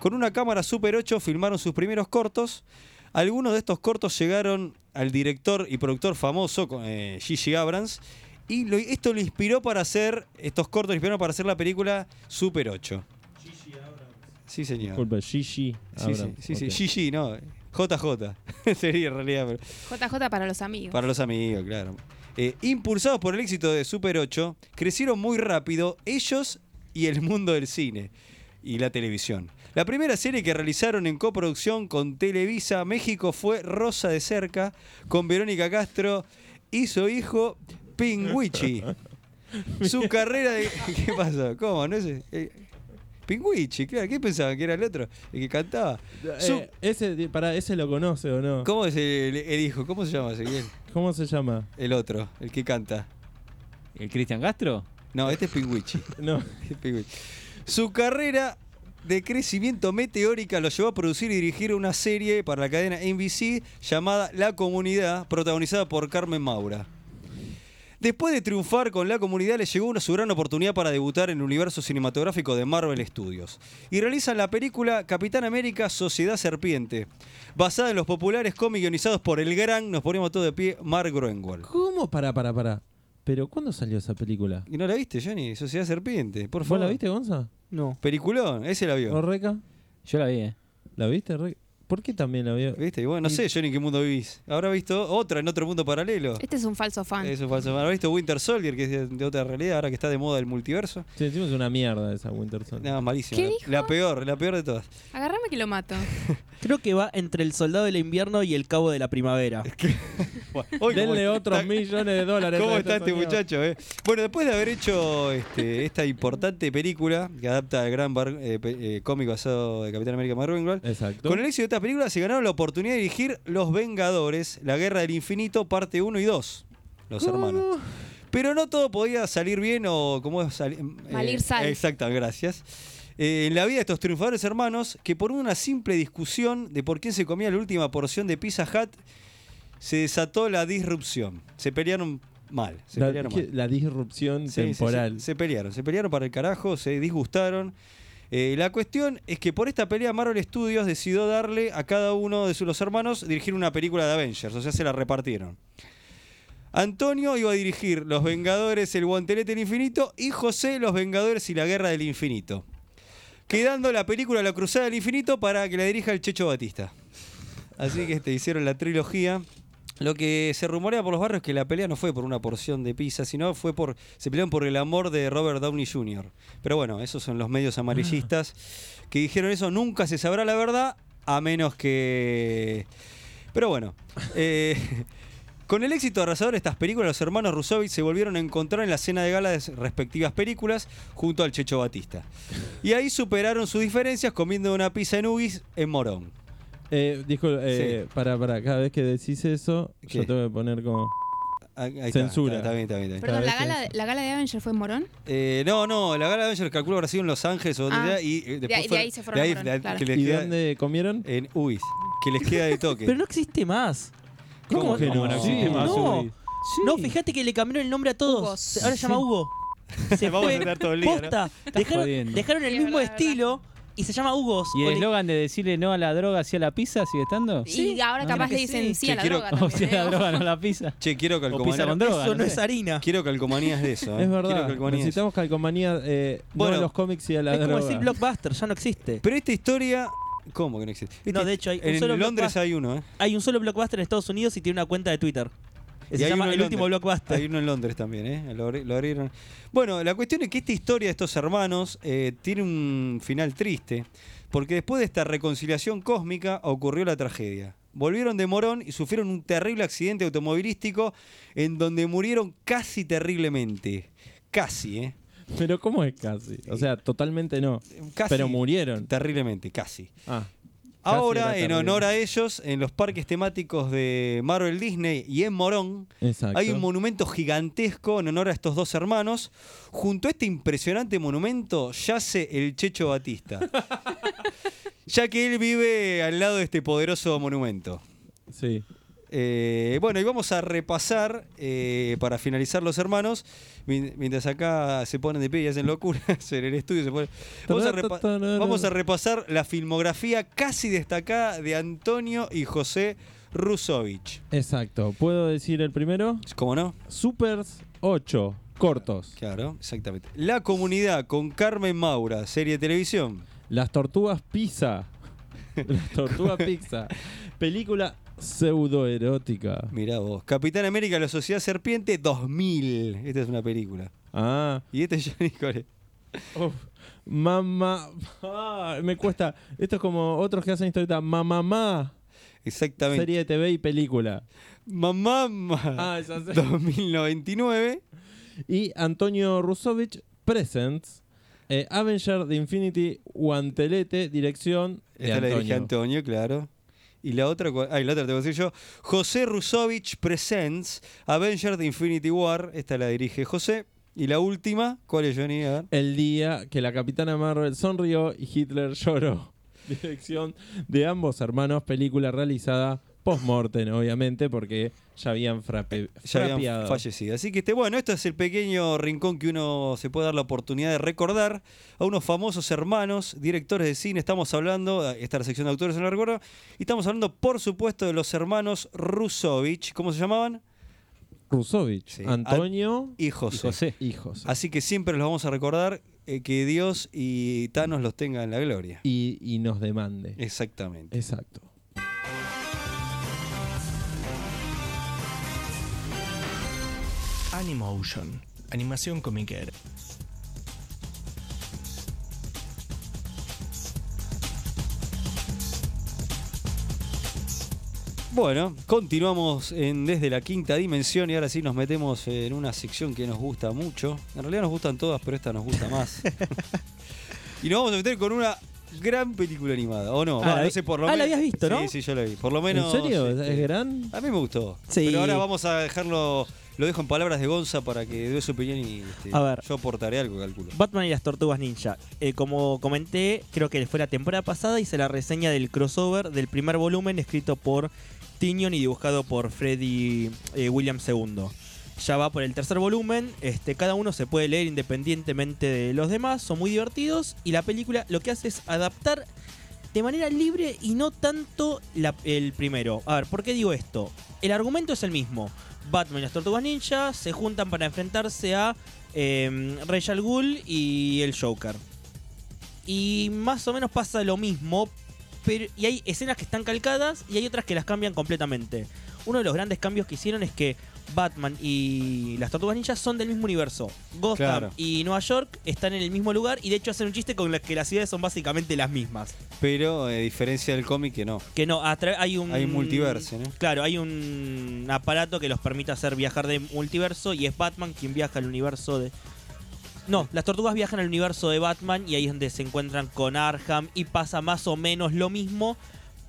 Speaker 2: Con una cámara Super 8 filmaron sus primeros cortos. Algunos de estos cortos llegaron al director y productor famoso, co- eh, Gigi Abrams, y lo- esto lo inspiró para hacer, estos cortos lo inspiraron para hacer la película Super 8. Sí, señor.
Speaker 4: Disculpe, Gigi.
Speaker 2: Sí, sí,
Speaker 4: Abrams,
Speaker 2: sí, sí,
Speaker 4: ok.
Speaker 2: Gigi, no. [laughs] JJ. Sería en realidad, pero-
Speaker 5: JJ para los amigos.
Speaker 2: para los amigos, claro. Eh, impulsados por el éxito de Super 8, crecieron muy rápido ellos y el mundo del cine y la televisión. La primera serie que realizaron en coproducción con Televisa México fue Rosa de Cerca, con Verónica Castro y su hijo
Speaker 4: [laughs]
Speaker 2: Pinguichi. Su carrera de... [laughs] ¿Qué pasó? ¿Cómo? ¿No es? eh, Pinguichi, claro. ¿Qué pensaban que era el otro? El que cantaba.
Speaker 4: Eh,
Speaker 2: Su-
Speaker 4: ese, para, ese lo conoce o no. ¿Cómo,
Speaker 2: ¿Cómo es el, el hijo? ¿Cómo se llama? Ezequiel?
Speaker 4: se llama?
Speaker 2: El otro, el que canta.
Speaker 1: ¿El Cristian Castro?
Speaker 2: No, este es Pinguichi.
Speaker 4: No.
Speaker 2: Este es Pinguichi. Su carrera de crecimiento meteórica lo llevó a producir y dirigir una serie para la cadena NBC llamada La Comunidad, protagonizada por Carmen Maura. Después de triunfar con la comunidad, le llegó una su gran oportunidad para debutar en el universo cinematográfico de Marvel Studios. Y realizan la película Capitán América Sociedad Serpiente, basada en los populares cómics guionizados por el gran, nos ponemos todo de pie, Mark Groenwald.
Speaker 4: ¿Cómo? Para, para, para. ¿Pero cuándo salió esa película?
Speaker 2: ¿Y no la viste, Johnny? Sociedad Serpiente, por
Speaker 4: ¿Vos
Speaker 2: favor.
Speaker 4: la viste, Gonza?
Speaker 3: No.
Speaker 2: Peliculón, ese la
Speaker 4: ¿O
Speaker 2: vio.
Speaker 4: Reca?
Speaker 1: Yo la vi, eh.
Speaker 4: ¿La viste, Reca? ¿Por qué también la vio?
Speaker 2: ¿Viste? Y bueno, no sé, Johnny, en qué mundo vivís. Habrá visto otra en otro mundo paralelo.
Speaker 5: Este es un falso fan.
Speaker 2: Eso falso. Habrá visto Winter Soldier, que es de- de otra realidad, ahora que está de moda el multiverso.
Speaker 4: Sí, encima es una mierda esa Winter Soldier.
Speaker 2: Nada, malísimo.
Speaker 5: ¿Qué
Speaker 2: La-
Speaker 5: dijo?
Speaker 2: La peor, la peor de todas.
Speaker 5: Agarrame que lo mato.
Speaker 3: Creo que va entre el soldado del invierno y el cabo de la primavera.
Speaker 2: Bueno, hoy como
Speaker 4: Denle
Speaker 2: está-
Speaker 4: otros
Speaker 2: [laughs] está-
Speaker 4: millones de dólares.
Speaker 2: ¿Cómo
Speaker 4: a
Speaker 2: está este
Speaker 4: señor.
Speaker 2: muchacho? eh? Bueno, después de haber hecho este, esta importante película que adapta al gran bar- eh, pe- eh, cómic basado de Capitán América Mark Ruffalo,
Speaker 4: Exacto.
Speaker 2: con el éxito de esta película se ganaron la oportunidad de dirigir Los Vengadores, La Guerra del Infinito, parte 1 y 2. Los hermanos. Pero no todo podía salir bien o como es sali- eh,
Speaker 5: Malir sal.
Speaker 2: Exacto, gracias. Eh, en la vida de estos triunfadores hermanos, que por una simple discusión de por quién se comía la última porción de Pizza Hut, se desató la disrupción. Se pelearon mal. Se
Speaker 4: la,
Speaker 2: pelearon
Speaker 4: que-
Speaker 2: mal.
Speaker 4: la disrupción
Speaker 2: Sí, sí, sí,
Speaker 4: temporal.
Speaker 2: se pelearon, se pelearon para el carajo, se disgustaron. Eh, la cuestión es que por esta pelea Marvel Studios decidió darle a cada uno de sus los hermanos dirigir una película de Avengers, o sea, se la repartieron. Antonio iba a dirigir Los Vengadores, El Guantelete del Infinito y José Los Vengadores y la Guerra del Infinito. Quedando la película La Cruzada del Infinito para que la dirija el Checho Batista. Así que este, hicieron la trilogía. Lo que se rumorea por los barrios es que la pelea no fue por una porción de pizza, sino fue por. Se pelearon por el amor de Robert Downey Jr. Pero bueno, esos son los medios amarillistas que dijeron eso. Nunca se sabrá la verdad, a menos que. Pero bueno. eh, [laughs] Con el éxito arrasador de estas películas, los hermanos Rusovic se volvieron a encontrar en la cena de gala de sus respectivas películas junto al Checho Batista. Y ahí superaron sus diferencias comiendo una pizza en Ugis en Morón.
Speaker 4: Eh, disculpa, eh, para, para, cada vez que decís eso,
Speaker 2: ¿Qué?
Speaker 4: yo tengo que poner como.
Speaker 2: Ah, ahí está,
Speaker 4: Censura.
Speaker 2: Está, está bien, está bien, está bien.
Speaker 5: Perdón, la
Speaker 4: Cada vez
Speaker 5: gala, la gala de Avengers fue en Morón.
Speaker 2: Eh, no, no, la gala de Avengers calculo habrá sido en Los Ángeles o donde
Speaker 5: Ah.
Speaker 2: sea, y eh, después
Speaker 5: ahí- de ahí se fueron a Morón,
Speaker 2: de-
Speaker 5: claro.
Speaker 2: que les
Speaker 4: ¿Y
Speaker 2: queda-
Speaker 4: dónde comieron?
Speaker 2: En Ugis, que les queda de toque.
Speaker 3: [laughs] Pero no existe más.
Speaker 2: ¿Cómo que no?
Speaker 3: No,
Speaker 2: Sí,
Speaker 3: no.
Speaker 4: Mazzurri.
Speaker 3: No, fíjate que le cambiaron el nombre a todos.
Speaker 5: Hugo.
Speaker 3: Se- Ahora se
Speaker 2: [laughs]
Speaker 3: llama Hugo. Se
Speaker 2: Vamos a
Speaker 3: fue.
Speaker 2: estar todo el día, ¿no?
Speaker 3: Posta. Dejaron,
Speaker 1: jodiendo.
Speaker 3: dejaron
Speaker 5: Sí,
Speaker 3: el
Speaker 5: es
Speaker 3: mismo
Speaker 5: verdad, es
Speaker 3: estilo y se llama Hugo.
Speaker 1: ¿Y el eslogan de decirle no a la droga, sí a la pizza sigue estando?
Speaker 5: y ahora
Speaker 1: Ah.
Speaker 3: Creo
Speaker 5: capaz le
Speaker 3: que oh, sí.
Speaker 5: dicen sí,
Speaker 2: Que
Speaker 5: a la
Speaker 2: quiero-
Speaker 5: droga.
Speaker 3: [laughs]
Speaker 1: [laughs] O
Speaker 5: también,
Speaker 1: si a la
Speaker 5: ¿no?
Speaker 1: droga, no a la pizza.
Speaker 2: Che, quiero
Speaker 1: O pizza con
Speaker 2: calcomanías.
Speaker 1: droga.
Speaker 3: Eso no
Speaker 1: sé.
Speaker 3: es harina.
Speaker 2: Quiero calcomanías de
Speaker 3: [laughs]
Speaker 2: eso. eh.
Speaker 4: Es
Speaker 2: Quiero
Speaker 4: verdad.
Speaker 2: calcomanías de eso.
Speaker 4: Necesitamos calcomanía. Eh,
Speaker 2: Bueno,
Speaker 4: no a los cómics y a la
Speaker 3: es como
Speaker 4: droga.
Speaker 3: decir blockbuster, ya no existe.
Speaker 2: Pero esta historia. ¿Cómo que no existe? Este-
Speaker 3: No, de hecho, hay un
Speaker 2: en
Speaker 3: solo
Speaker 2: Londres
Speaker 3: blockbuster.
Speaker 2: hay uno, ¿eh?
Speaker 3: Hay un solo blockbuster en Estados Unidos y tiene una cuenta de Twitter.
Speaker 2: Y
Speaker 3: Se
Speaker 2: hay
Speaker 3: llama
Speaker 2: uno en
Speaker 3: el último
Speaker 2: Londres.
Speaker 3: blockbuster.
Speaker 2: Hay uno en Londres también, ¿eh? Lo, abri- lo abrieron. Bueno, la cuestión es que esta historia de estos hermanos eh, tiene un final triste, porque después de esta reconciliación cósmica ocurrió la tragedia. Volvieron de Morón y sufrieron un terrible accidente automovilístico en donde murieron casi terriblemente. Casi, ¿eh?
Speaker 4: Pero ¿cómo es casi? O sea, totalmente no.
Speaker 2: Casi.
Speaker 4: Pero murieron.
Speaker 2: Terriblemente, casi.
Speaker 4: Ah. Casi
Speaker 2: Ahora,
Speaker 4: era
Speaker 2: en
Speaker 4: terrible.
Speaker 2: honor a ellos, en los parques temáticos de Marvel Disney y en Morón,
Speaker 4: Exacto.
Speaker 2: hay un monumento gigantesco en honor a estos dos hermanos. Junto a este impresionante monumento yace el Checho
Speaker 4: [laughs]
Speaker 2: Batista, ya que él vive al lado de este poderoso monumento.
Speaker 4: Sí.
Speaker 2: Eh, bueno, y vamos a repasar, eh, para finalizar los hermanos, mien- mientras acá se ponen de pie y [laughs] hacen locuras en el estudio. se ponen- Vamos, a repa- vamos a repasar la filmografía casi destacada de Antonio y José Rusovich.
Speaker 4: Exacto. ¿Puedo decir el primero?
Speaker 2: ¿Cómo no?
Speaker 4: Supers 8. Cortos.
Speaker 2: Claro, exactamente. La comunidad con Carmen Maura, serie de televisión.
Speaker 4: Las tortugas pizza. [laughs] Las tortugas pizza. Película pseudoerótica.
Speaker 2: Mirá vos. Capitán América, la Sociedad Serpiente 2000. Esta es una película.
Speaker 4: Ah.
Speaker 2: Y este es Johnny Cole.
Speaker 4: Uf. Mamá. Ah, me cuesta. Esto es como otros que hacen historieta. Mamá, mamá.
Speaker 2: Exactamente.
Speaker 4: Serie de TV y película.
Speaker 2: Mamá.
Speaker 4: Ah,
Speaker 2: [laughs]
Speaker 4: [laughs] esa serie.
Speaker 2: 2099.
Speaker 4: Y Antonio Rusovich Presents. eh, Avenger de Infinity Guantelete, dirección de
Speaker 2: Esta la dirige
Speaker 4: Antonio.
Speaker 2: Antonio, claro. Y la otra, cua- ay, la otra te voy a decir yo. José Rusovich Presents Avengers de Infinity War. Esta la dirige José. Y la última, ¿cuál es Johnny? A ver.
Speaker 4: El día que la capitana Marvel sonrió y Hitler lloró. Dirección de ambos hermanos, película realizada post-mortem, obviamente, porque ya habían frape,
Speaker 2: ya habían
Speaker 4: frapeado.
Speaker 2: fallecido. Así que este, bueno, este es el pequeño rincón que uno se puede dar la oportunidad de recordar a unos famosos hermanos, directores de cine. Estamos hablando, ah, esta es la sección de autores en la recuerdo, y estamos hablando, por supuesto, de los hermanos Rusovich. ¿Cómo se llamaban?
Speaker 4: Rusovich,
Speaker 2: Sí.
Speaker 4: Antonio,
Speaker 2: Y José.
Speaker 1: Y José.
Speaker 4: hijos.
Speaker 2: Así que siempre los vamos a recordar. eh, que Dios y Thanos los tenga en la gloria.
Speaker 4: Y, y nos demande.
Speaker 2: Exactamente.
Speaker 4: Exacto.
Speaker 6: Animotion, animación comiquera.
Speaker 2: Bueno, continuamos en desde la quinta dimensión y ahora sí nos metemos en una sección que nos gusta mucho. En realidad nos gustan todas, pero esta nos gusta
Speaker 3: [laughs]
Speaker 2: más. y nos vamos a meter con una gran película animada, ¿o no?
Speaker 3: Ah,
Speaker 2: Bueno,
Speaker 3: la
Speaker 2: no
Speaker 3: vi-
Speaker 2: sé, por lo
Speaker 3: ah, la
Speaker 2: menos-
Speaker 3: habías visto, ¿no?
Speaker 2: Sí, sí, yo la vi. Por lo menos.
Speaker 4: ¿En serio? ¿Es-
Speaker 2: este,
Speaker 4: ¿Es gran?
Speaker 2: A mí me gustó.
Speaker 3: Sí.
Speaker 2: Pero ahora vamos a dejarlo. Lo dejo en palabras de Gonza para que dé su opinión y este,
Speaker 3: A ver.
Speaker 2: yo aportaré algo, calculo.
Speaker 3: Batman y las Tortugas Ninja. Eh, como comenté, creo que fue la temporada pasada hice la reseña del crossover del primer volumen escrito por Tinion y dibujado por Freddy eh, Williams II. Ya va por el tercer volumen, este, cada uno se puede leer independientemente de los demás, son muy divertidos y la película lo que hace es adaptar de manera libre y no tanto la- el primero. A ver, ¿por qué digo esto? El argumento es el mismo. Batman y las Tortugas Ninja se juntan para enfrentarse a eh, Rey al Ghul y el Joker. Y más o menos pasa lo mismo, pero, y hay escenas que están calcadas y hay otras que las cambian completamente. Uno de los grandes cambios que hicieron es que Batman y las Tortugas Ninjas son del mismo universo. Gotham
Speaker 2: Claro.
Speaker 3: y Nueva York están en el mismo lugar y de hecho hacen un chiste con la que las ciudades son básicamente las mismas.
Speaker 2: Pero eh, a diferencia del cómic, que no.
Speaker 3: Que no, a tra- hay un.
Speaker 2: Hay un multiverso, ¿no?
Speaker 3: Claro, hay un aparato que los permite hacer viajar de multiverso y es Batman quien viaja al universo de. No, las tortugas viajan al universo de Batman y ahí es donde se encuentran con Arkham y pasa más o menos lo mismo.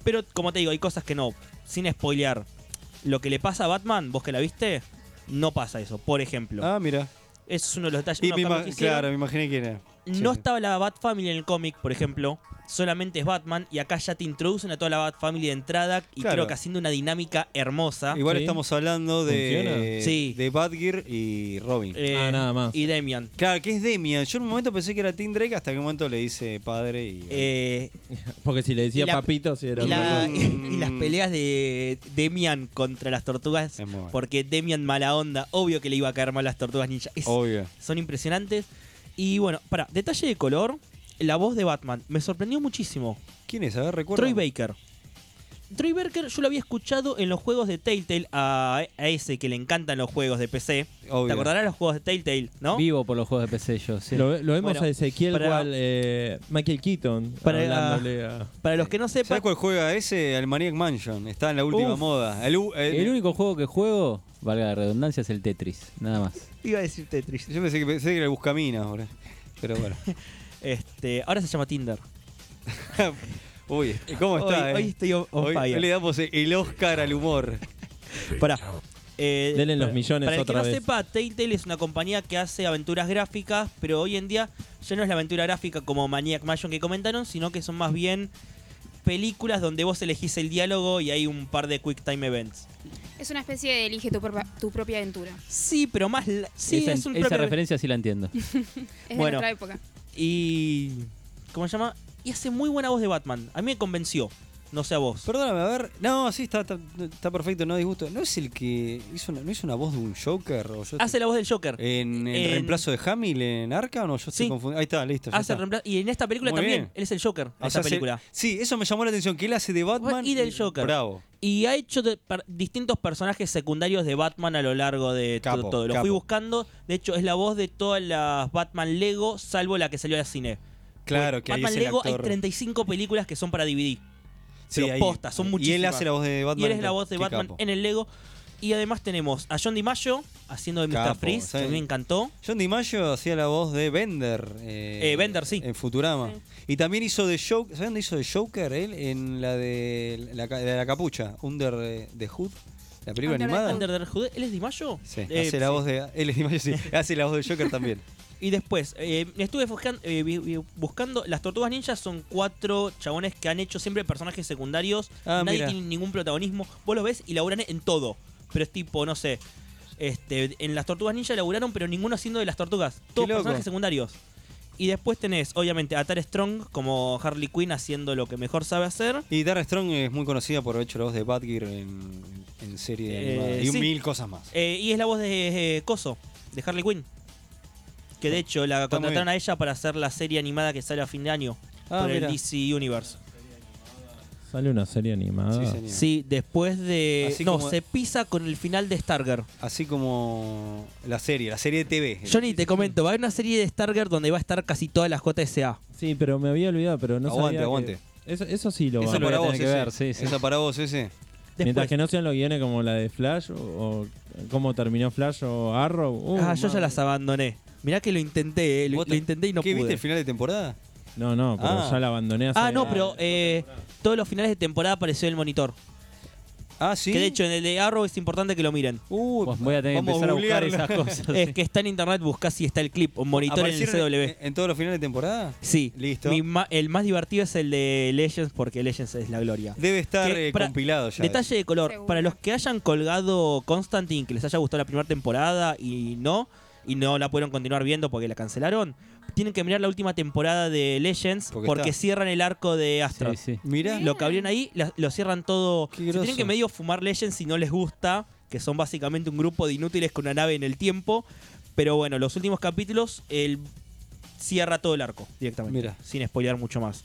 Speaker 3: Pero como te digo, hay cosas que no. Sin spoilear, lo que le pasa a Batman, vos que la viste, no pasa eso. Por ejemplo,
Speaker 2: Ah, mira.
Speaker 3: ese es uno de los detalles
Speaker 2: Y
Speaker 3: unos
Speaker 2: me
Speaker 3: cambios
Speaker 2: ima-
Speaker 3: que hicieron.
Speaker 2: claro, me imaginé que era.
Speaker 3: No
Speaker 2: Sí.
Speaker 3: estaba la Bat Family en el cómic, por ejemplo. Solamente es Batman. Y acá ya te introducen a toda la Bat Family de entrada. Y
Speaker 2: Claro.
Speaker 3: creo que haciendo una dinámica hermosa.
Speaker 2: Igual
Speaker 4: Sí.
Speaker 2: estamos hablando de,
Speaker 4: ¿Funciona?
Speaker 3: Sí.
Speaker 2: de Badgear y Robin.
Speaker 3: Eh,
Speaker 4: Ah, nada más.
Speaker 3: Y Demian.
Speaker 2: Claro, que es Demian. Yo en un momento pensé que era Tim Drake hasta que un momento le dice padre y...
Speaker 3: Eh,
Speaker 4: Porque si le decía
Speaker 3: y la-
Speaker 4: papito, si era
Speaker 3: [laughs] y, la-
Speaker 4: un-
Speaker 3: y las peleas de Demian contra las tortugas.
Speaker 2: Es muy bueno.
Speaker 3: Porque Demian mala onda. Obvio que le iba a caer mal las tortugas ninja. Es-
Speaker 2: Obvio.
Speaker 3: Son impresionantes. Y bueno, para detalle de color. La voz de Batman me sorprendió muchísimo.
Speaker 2: ¿Quién es? A ver, recuerdo.
Speaker 3: Troy Baker. Troy Baker yo lo había escuchado en los juegos de Telltale a, a ese que le encantan los juegos de PC.
Speaker 2: Obvio.
Speaker 3: ¿Te acordarás de los juegos de Telltale, no?
Speaker 1: Vivo por los juegos de PC yo, sí.
Speaker 4: Lo, lo vemos
Speaker 3: Bueno,
Speaker 4: a Ezequiel
Speaker 3: para-
Speaker 4: Wall, eh, Michael Keaton
Speaker 3: Para-
Speaker 4: hablándole a-
Speaker 3: Para los que no sepan,
Speaker 2: ¿Sabes cuál juega ese? El Maniac Mansion. Está en la última
Speaker 1: Uf.
Speaker 2: moda. El, u- el-
Speaker 1: El único juego que juego, valga la redundancia, es el Tetris, nada más.
Speaker 3: iba a decir Tetris.
Speaker 2: Yo pensé que, pensé que era el Buscaminas, boludo. Pero
Speaker 3: [laughs]
Speaker 2: bueno.
Speaker 3: Este, ahora se llama Tinder.
Speaker 2: Uy, ¿cómo está?
Speaker 3: hoy,
Speaker 2: eh?
Speaker 3: hoy estoy on, on
Speaker 2: Hoy-
Speaker 3: fire.
Speaker 2: hoy le damos el Oscar al humor.
Speaker 3: Pará. Eh,
Speaker 4: Denle los
Speaker 3: para-
Speaker 4: millones
Speaker 3: para el
Speaker 4: otra
Speaker 3: que
Speaker 4: vez.
Speaker 3: no sepa, Telltale es una compañía que hace aventuras gráficas, pero hoy en día ya no es la aventura gráfica como Maniac Mansion que comentaron, sino que son más bien películas donde vos elegís el diálogo y hay un par de quick time events.
Speaker 5: ¿eh? Es una especie de elige tu, propa- tu propia aventura.
Speaker 3: Sí, pero más... la- Sí,
Speaker 1: esa
Speaker 3: es un
Speaker 1: esa
Speaker 3: propio-
Speaker 1: referencia sí la entiendo.
Speaker 5: Es
Speaker 3: Bueno.
Speaker 5: de nuestra época.
Speaker 3: Y... ¿Cómo se llama? Y hace muy buena voz de Batman. A mí me convenció. No sé a vos.
Speaker 2: Perdóname, a ver. No, sí, está, está, está perfecto, no disgusto. ¿No es el que hizo una, ¿no hizo una voz de un Joker? O yo
Speaker 3: Hace la voz del Joker.
Speaker 2: ¿En el
Speaker 3: en-
Speaker 2: reemplazo de Hamill en Arkham o yo estoy
Speaker 3: Sí.
Speaker 2: confundido? Ahí está, listo. ya
Speaker 3: Hace el
Speaker 2: está.
Speaker 3: reemplazo- Y en esta película
Speaker 2: Muy
Speaker 3: también.
Speaker 2: bien.
Speaker 3: Él es el Joker.
Speaker 2: O
Speaker 3: En
Speaker 2: sea,
Speaker 3: esta
Speaker 2: se-
Speaker 3: película.
Speaker 2: sí, eso me llamó la atención, que él hace de Batman
Speaker 3: Y del Joker.
Speaker 2: Bravo.
Speaker 3: Y ha hecho de- par- distintos personajes secundarios de Batman a lo largo de to-
Speaker 2: Capo,
Speaker 3: todo. Lo fui
Speaker 2: capo.
Speaker 3: buscando. De hecho, es la voz de todas las Batman Lego, salvo la que salió al cine.
Speaker 2: Claro, que ahí
Speaker 3: Batman
Speaker 2: es el
Speaker 3: Lego
Speaker 2: actor.
Speaker 3: hay 35 películas que son para DVD.
Speaker 2: Sí,
Speaker 3: pero
Speaker 2: ahí-
Speaker 3: posta, son
Speaker 2: Y él
Speaker 3: muchísimas.
Speaker 2: hace la voz de Batman.
Speaker 3: y él es la voz de
Speaker 2: Qué
Speaker 3: Batman
Speaker 2: capo.
Speaker 3: en el Lego. Y además tenemos a John DiMaggio haciendo de Mr.
Speaker 2: Capo,
Speaker 3: Freeze,
Speaker 2: ¿sabes?
Speaker 3: que me encantó.
Speaker 2: John DiMaggio hacía la voz de Bender. Eh,
Speaker 3: Eh, Bender, sí.
Speaker 2: En Futurama.
Speaker 5: Sí.
Speaker 2: Y también hizo de Joker. ¿Saben dónde hizo de Joker él? En la de la, ca- la de la capucha, Under eh, the Hood. La película
Speaker 5: Under the
Speaker 2: animada.
Speaker 3: Under the Hood, ¿él es DiMaggio?
Speaker 2: Sí,
Speaker 3: Eh,
Speaker 2: hace la
Speaker 3: sí.
Speaker 2: voz de. Él es DiMaggio,
Speaker 3: [laughs]
Speaker 2: sí. Hace la voz de Joker también.
Speaker 3: Y después, eh, estuve buscan- eh, vi- vi- buscando. Las Tortugas Ninjas son cuatro chabones que han hecho siempre personajes secundarios.
Speaker 2: Ah,
Speaker 3: Nadie
Speaker 2: mira.
Speaker 3: tiene ningún protagonismo. Vos los ves y laburan en todo. Pero es tipo, no sé. Este, en las Tortugas Ninja laburaron, pero ninguno haciendo de las tortugas. Todos
Speaker 2: loco.
Speaker 3: personajes secundarios. Y después tenés, obviamente, a Tara Strong como Harley Quinn haciendo lo que mejor sabe hacer.
Speaker 2: Y Tara Strong es muy conocida por haber hecho la voz de Batgear en, en serie
Speaker 3: Eh,
Speaker 2: animada. Y
Speaker 3: sí.
Speaker 2: mil cosas más.
Speaker 3: Eh, y es la voz de eh, Coso, de Harley Quinn. Que de hecho la
Speaker 2: Está muy
Speaker 3: contrataron
Speaker 2: bien.
Speaker 3: a ella para hacer la serie animada que sale a fin de año
Speaker 2: Ah,
Speaker 3: por
Speaker 2: mira.
Speaker 3: el DC Universe.
Speaker 4: Sale una serie animada.
Speaker 1: Ah.
Speaker 2: Sí, señor.
Speaker 3: Sí, después de.
Speaker 2: Así
Speaker 3: no,
Speaker 2: como-
Speaker 3: se pisa con el final de Stargirl.
Speaker 2: Así como la serie, la serie de TV.
Speaker 3: Johnny, te comento, va a haber una serie de Stargirl donde va a estar casi todas las
Speaker 2: Uh,
Speaker 3: JSA.
Speaker 4: Sí, pero me había olvidado, pero no
Speaker 2: Aguante,
Speaker 4: sabía que-
Speaker 2: aguante.
Speaker 4: Eso, eso sí lo
Speaker 2: Esa
Speaker 4: va.
Speaker 1: lo voy
Speaker 2: para
Speaker 1: a
Speaker 2: vos,
Speaker 1: tener que
Speaker 2: ese.
Speaker 1: ver, sí, sí.
Speaker 2: Esa para vos, ese.
Speaker 4: Mientras
Speaker 3: Después.
Speaker 4: que no sean los guiones como la de Flash o, o cómo terminó Flash o Arrow. Uh,
Speaker 3: ah, yo ya
Speaker 4: madre.
Speaker 3: las abandoné. Mirá que lo intenté, eh, lo,
Speaker 2: ¿Vos te-
Speaker 3: lo intenté y no
Speaker 2: ¿Qué
Speaker 3: pude.
Speaker 2: viste el final de temporada?
Speaker 4: No, no, pero
Speaker 2: Ah.
Speaker 4: ya la abandoné hace
Speaker 3: Ah, no, pero eh, todos los finales de temporada apareció el monitor.
Speaker 2: Ah, sí.
Speaker 3: Que de hecho en el de Arrow es importante que
Speaker 2: [laughs]
Speaker 3: lo miren.
Speaker 2: Uy,
Speaker 1: Vos voy a tener que
Speaker 2: vamos
Speaker 1: empezar a buscar
Speaker 2: googlearla. [laughs]
Speaker 1: esas cosas. [laughs]
Speaker 3: Es que está en internet, buscás si está el clip, un monitor en el
Speaker 2: ¿Aparecieron
Speaker 3: CW.
Speaker 2: en- ¿En todos los finales de temporada?
Speaker 3: sí,
Speaker 2: Listo.
Speaker 3: Mi ma- el más divertido es el de Legends porque Legends es la gloria.
Speaker 2: Debe estar
Speaker 3: Que-
Speaker 2: eh,
Speaker 3: para-
Speaker 2: compilado ya.
Speaker 3: Detalle de color,
Speaker 5: Seguro.
Speaker 3: para los que hayan colgado Constantine, que les haya gustado la primera temporada y no, y no la pudieron continuar viendo porque la cancelaron, tienen que mirar la última temporada de Legends
Speaker 2: Porque
Speaker 3: porque,
Speaker 2: está.
Speaker 3: cierran el arco de Astra.
Speaker 1: Sí, sí.
Speaker 2: Mirá.
Speaker 5: Bien.
Speaker 3: Lo que abrieron ahí la- lo cierran todo.
Speaker 2: Qué
Speaker 3: Se
Speaker 2: groso.
Speaker 3: tienen que medio fumar Legends si no les gusta, que son básicamente un grupo de inútiles con una nave en el tiempo. Pero bueno, los últimos capítulos, él cierra todo el arco directamente,
Speaker 2: Mira.
Speaker 3: sin spoilear mucho más.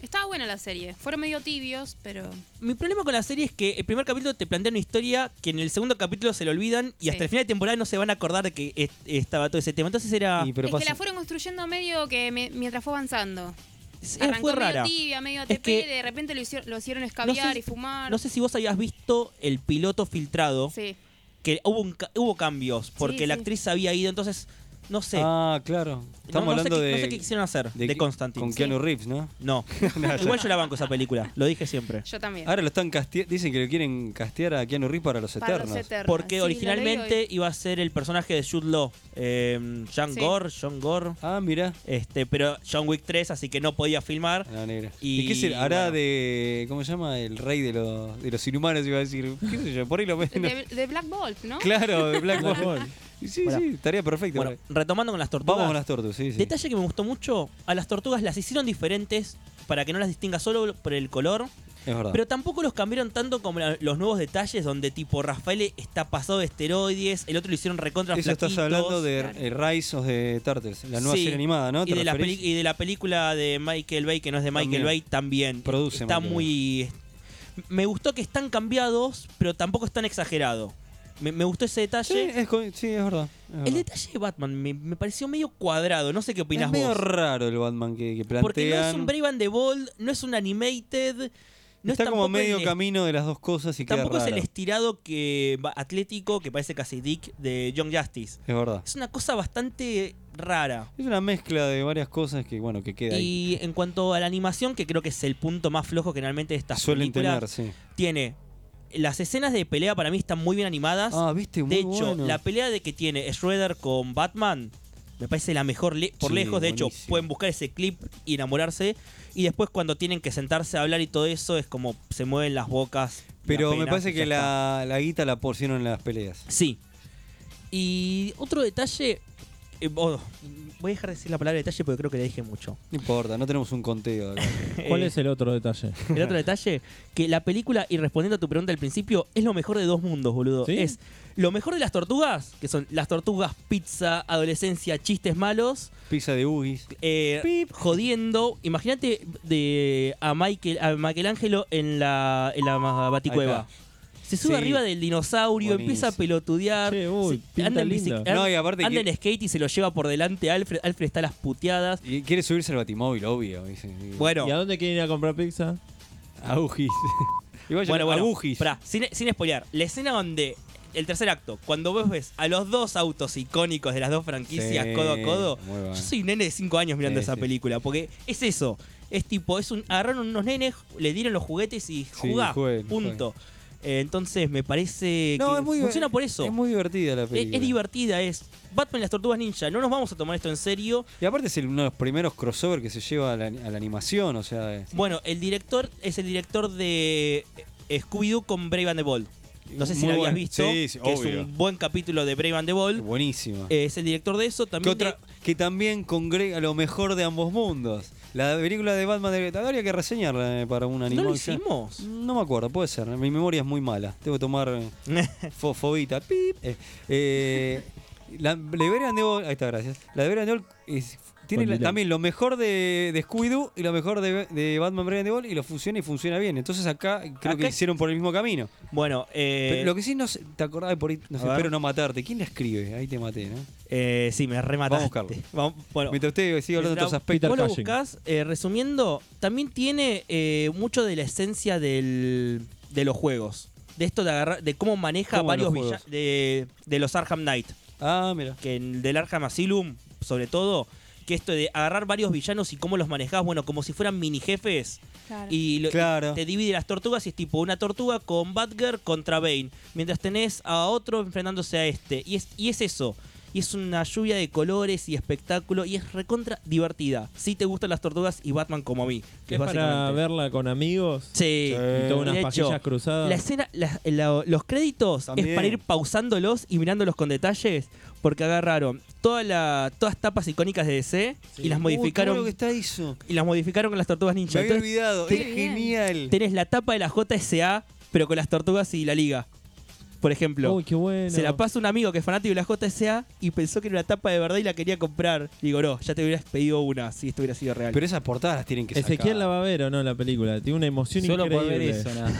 Speaker 5: Estaba buena la serie. Fueron medio tibios, pero.
Speaker 3: Mi problema con la serie es que el primer capítulo te plantea una historia que en el segundo capítulo se lo olvidan y
Speaker 5: Sí.
Speaker 3: hasta el final de temporada no se van a acordar de que est- estaba todo ese tema. Entonces era.
Speaker 2: Ah,
Speaker 3: eh,
Speaker 2: Y, pero
Speaker 5: es que
Speaker 2: pasa-
Speaker 5: la fueron construyendo medio que me- mientras fue avanzando.
Speaker 3: eh,
Speaker 5: Arrancó
Speaker 3: fue
Speaker 5: medio
Speaker 3: rara.
Speaker 5: tibia, medio
Speaker 3: Es
Speaker 5: ATP,
Speaker 3: que-
Speaker 5: y de repente lo hicieron, lo hicieron escabiar y fumar.
Speaker 3: No sé si vos habías visto el piloto filtrado,
Speaker 5: Sí.
Speaker 3: que hubo, un ca- hubo cambios porque
Speaker 5: Sí,
Speaker 3: la
Speaker 5: sí.
Speaker 3: actriz había ido. Entonces, no sé.
Speaker 2: Ah, claro.
Speaker 3: no,
Speaker 2: Estamos
Speaker 3: no sé
Speaker 2: hablando
Speaker 3: qué-
Speaker 2: de.
Speaker 3: no sé qué quisieron hacer de,
Speaker 2: de-
Speaker 3: Constantine.
Speaker 2: Con
Speaker 5: Sí.
Speaker 2: Keanu Reeves, ¿no? [laughs]
Speaker 3: No. Igual yo la banco esa película, lo dije siempre.
Speaker 5: Yo también.
Speaker 2: Ahora lo están castia- Dicen que lo quieren castear a Keanu Reeves para los
Speaker 5: Para los
Speaker 2: eternos.
Speaker 5: Eternos.
Speaker 3: Porque
Speaker 5: Sí, lo leí
Speaker 3: originalmente [laughs]
Speaker 5: hoy.
Speaker 3: iba a ser el personaje de Jude Law, eh, John
Speaker 5: Sí.
Speaker 3: Gore, John Gore.
Speaker 2: ah, mirá.
Speaker 3: Este, pero John Wick 3, así que no podía filmar.
Speaker 2: La negra. ¿Y,
Speaker 3: Y
Speaker 2: qué será? Hará
Speaker 3: bueno.
Speaker 2: de. ¿Cómo se llama? El rey de los, de los inhumanos, iba a decir. ¿Qué sé yo? Por ahí lo menos.
Speaker 5: De, de Black Bolt, ¿no?
Speaker 2: [laughs] Claro, de Black
Speaker 4: Black
Speaker 2: Bolt.
Speaker 4: Bolt.
Speaker 2: Sí,
Speaker 3: Bueno.
Speaker 2: sí, estaría perfecto.
Speaker 3: Bueno, retomando con las tortugas.
Speaker 2: Vamos con las tortugas, sí, sí.
Speaker 3: Detalle que me gustó mucho, a las tortugas las hicieron diferentes para que no las distinga solo por el color,
Speaker 2: Es verdad.
Speaker 3: pero tampoco los cambiaron tanto como la- los nuevos detalles donde tipo Rafael está pasado de esteroides, el otro lo hicieron recontra
Speaker 2: Eso estás
Speaker 3: flaquitos,
Speaker 2: hablando de
Speaker 5: Claro.
Speaker 2: eh, Rise of the Turtles, la nueva
Speaker 3: Sí.
Speaker 2: serie animada, ¿no? ¿Te
Speaker 3: Y de, la
Speaker 2: referís?
Speaker 3: peli- y de la película de Michael Bay, que no es de Michael
Speaker 2: También.
Speaker 3: Bay, también.
Speaker 2: Produce
Speaker 3: Está
Speaker 2: Michael
Speaker 3: muy. Me gustó que están cambiados, pero tampoco están exagerados. Me, me gustó ese detalle.
Speaker 2: Sí, es, co- sí, es verdad. es
Speaker 3: El
Speaker 2: verdad.
Speaker 3: detalle de Batman me, me pareció medio cuadrado, no sé qué
Speaker 2: Es
Speaker 3: opinás
Speaker 2: medio
Speaker 3: vos.
Speaker 2: raro el Batman que, que plantean.
Speaker 3: Porque no es un Brave and the Bold, no es un animated, no
Speaker 2: Está
Speaker 3: es
Speaker 2: como
Speaker 3: tampoco
Speaker 2: medio
Speaker 3: el-
Speaker 2: camino de las dos cosas y queda
Speaker 3: Tampoco
Speaker 2: raro.
Speaker 3: es el estirado que va- atlético que parece casi Dick de Young Justice.
Speaker 2: Es verdad.
Speaker 3: Es una cosa bastante rara.
Speaker 2: Es una mezcla de varias cosas que, bueno, que queda ahí.
Speaker 3: Y en cuanto a la animación, que creo que es el punto más flojo que generalmente de estas
Speaker 2: Suelen
Speaker 3: películas,
Speaker 2: tener, sí.
Speaker 3: tiene las escenas de pelea para mí están muy bien animadas.
Speaker 2: Ah, viste, muy
Speaker 3: de hecho,
Speaker 2: bueno.
Speaker 3: la pelea de que tiene Shredder con Batman me parece la mejor le- por
Speaker 2: Sí,
Speaker 3: lejos. De hecho,
Speaker 2: buenísimo.
Speaker 3: pueden buscar ese clip y enamorarse. Y después cuando tienen que sentarse a hablar y todo eso, es como se mueven las bocas. la
Speaker 2: Pero me
Speaker 3: pena,
Speaker 2: parece
Speaker 3: y
Speaker 2: que
Speaker 3: ya está.
Speaker 2: la, la guita la porcionaron en las peleas.
Speaker 3: Sí. Y otro detalle... eh, oh, voy a dejar de decir la palabra detalle porque creo que le dije mucho.
Speaker 2: No importa, no tenemos un conteo. acá.
Speaker 4: ¿Cuál
Speaker 3: Eh,
Speaker 4: es el otro detalle?
Speaker 3: El otro detalle, que la película, y respondiendo a tu pregunta al principio, es lo mejor de dos mundos, boludo.
Speaker 4: ¿Sí?
Speaker 3: Es lo mejor de las tortugas, que son las tortugas, pizza, adolescencia, chistes malos,
Speaker 2: Pizza de Ugis.
Speaker 3: eh, jodiendo. Imagínate de a Michael, a Michelangelo en la, en la ma-
Speaker 2: Ahí
Speaker 3: baticueva. Se sube
Speaker 2: Sí.
Speaker 3: arriba del dinosaurio,
Speaker 2: Buenísimo.
Speaker 3: empieza a pelotudear,
Speaker 4: Che, uy,
Speaker 3: se-
Speaker 4: pinta
Speaker 3: anda, en,
Speaker 4: linda.
Speaker 3: bicic-
Speaker 2: No, y aparte
Speaker 3: anda
Speaker 2: que-
Speaker 3: en skate y se lo lleva por delante a Alfred. Alfred está a las puteadas.
Speaker 2: Y quiere subirse al batimóvil, obvio. dice.
Speaker 3: Bueno,
Speaker 4: ¿Y a dónde quieren ir a comprar pizza?
Speaker 2: A Ugis. [laughs] Igual yo-
Speaker 3: Bueno,
Speaker 2: a
Speaker 3: bueno,
Speaker 2: Ugis.
Speaker 3: pará, sin, sin spoilear, la escena donde el tercer acto, cuando vos ves a los dos autos icónicos de las dos franquicias
Speaker 2: Sí,
Speaker 3: codo a codo,
Speaker 2: muy bueno.
Speaker 3: yo soy un nene de 5 años mirando
Speaker 2: Sí,
Speaker 3: esa
Speaker 2: sí.
Speaker 3: película, porque es eso, es tipo, es un agarraron unos nenes, le dieron los juguetes y jugá,
Speaker 2: jueguen,
Speaker 3: punto. Eh, entonces me parece
Speaker 2: No,
Speaker 3: que
Speaker 2: es muy-
Speaker 3: funciona por eso.
Speaker 2: Es muy divertida la
Speaker 3: Es,
Speaker 2: película.
Speaker 3: es divertida, es Batman y las tortugas ninja, no nos vamos a tomar esto en serio.
Speaker 2: Y aparte es el- uno de los primeros crossover que se lleva a la, a la animación, o sea, eh,
Speaker 3: Bueno, el director es el director de eh, Scooby-Doo con Brave and the Bold. No sé si
Speaker 2: Muy
Speaker 3: lo habías
Speaker 2: bueno.
Speaker 3: visto,
Speaker 2: Sí, sí,
Speaker 3: que
Speaker 2: obvio.
Speaker 3: es un buen capítulo de Brave and the
Speaker 2: es
Speaker 3: Bold.
Speaker 2: buenísima.
Speaker 3: Eh, es el director de eso.
Speaker 2: que,
Speaker 3: También
Speaker 2: otra, que también congrega lo mejor de ambos mundos. La película de Batman de habría que reseñarla eh, para un
Speaker 3: de-
Speaker 2: anime.
Speaker 3: ¿No lo
Speaker 2: que sea-
Speaker 3: hicimos?
Speaker 2: No me acuerdo, puede ser.
Speaker 3: [laughs]
Speaker 2: Mi memoria es muy mala. Tengo que tomar eh, fo- fobita. Pip. Eh, eh, La Leveria Neville. Ahí está, gracias. La Leveria Neville es- tiene
Speaker 4: Con
Speaker 2: la-
Speaker 4: Dylan.
Speaker 2: también lo mejor de, de Scooby-Doo y lo mejor de, de Batman Brave and the Bold y lo fusiona y funciona bien. Entonces acá creo
Speaker 3: Acá-
Speaker 2: que hicieron por el mismo camino.
Speaker 3: Bueno, eh,
Speaker 2: Pero lo que sí, no sé- te acordás por ahí, no sé,
Speaker 3: a ver.
Speaker 2: espero no matarte. ¿Quién la escribe? Ahí te maté, ¿no?
Speaker 3: eh, sí, me remataste.
Speaker 2: Vamos a buscarlo.
Speaker 3: Vamos- bueno,
Speaker 2: Mientras usted sigue hablando de otros
Speaker 3: Mientras
Speaker 2: aspectos.
Speaker 4: Peter
Speaker 3: Vos lo
Speaker 4: Cushing.
Speaker 3: buscás, eh, resumiendo, también tiene eh, mucho de la esencia del, de los juegos. De esto de agarrar, de cómo maneja
Speaker 2: ¿Cómo de
Speaker 3: varios
Speaker 2: los
Speaker 3: villa-
Speaker 2: juegos?
Speaker 3: de, de los Arkham Knight.
Speaker 2: Ah, mira.
Speaker 3: Que en, del Arkham Asylum, sobre todo, que esto de agarrar varios villanos y cómo los manejás, bueno, como si fueran mini jefes.
Speaker 5: Claro.
Speaker 3: Y lo-
Speaker 2: Claro.
Speaker 3: te divide las tortugas y es tipo una tortuga con Batgirl contra Bane. Mientras tenés a otro enfrentándose a este. Y es, y es eso. Y es una lluvia de colores y espectáculo. Y es recontra divertida. Si te gustan las tortugas y Batman como a mí.
Speaker 4: Que es para
Speaker 3: básicamente-
Speaker 4: verla con amigos
Speaker 3: Sí.
Speaker 4: y todas unas
Speaker 3: De hecho,
Speaker 4: paquillas cruzadas.
Speaker 3: La escena, la- la- los créditos
Speaker 2: También.
Speaker 3: es para ir pausándolos y mirándolos con detalles. Porque agarraron toda la, todas tapas icónicas de DC y las
Speaker 2: Uy,
Speaker 3: modificaron.
Speaker 2: todo lo que está hizo.
Speaker 3: Y las modificaron con las tortugas
Speaker 2: Me
Speaker 3: ninja.
Speaker 2: había
Speaker 3: Entonces,
Speaker 2: olvidado.
Speaker 5: Qué
Speaker 2: Es
Speaker 5: bien.
Speaker 2: genial.
Speaker 3: Tenés la tapa de la JSA, pero con las tortugas y la liga. Por ejemplo,
Speaker 4: Uy, qué bueno.
Speaker 3: se la pasa un amigo que es fanático de la JSA y pensó que era una tapa de verdad y la quería comprar. Digo, no, ya te hubieras pedido una si esto hubiera sido real.
Speaker 2: Pero esas portadas las tienen que sacar.
Speaker 4: Ezequiel la va a ver o no la película. Tiene una emoción
Speaker 1: Solo por
Speaker 4: increíble.
Speaker 1: ver eso, nada.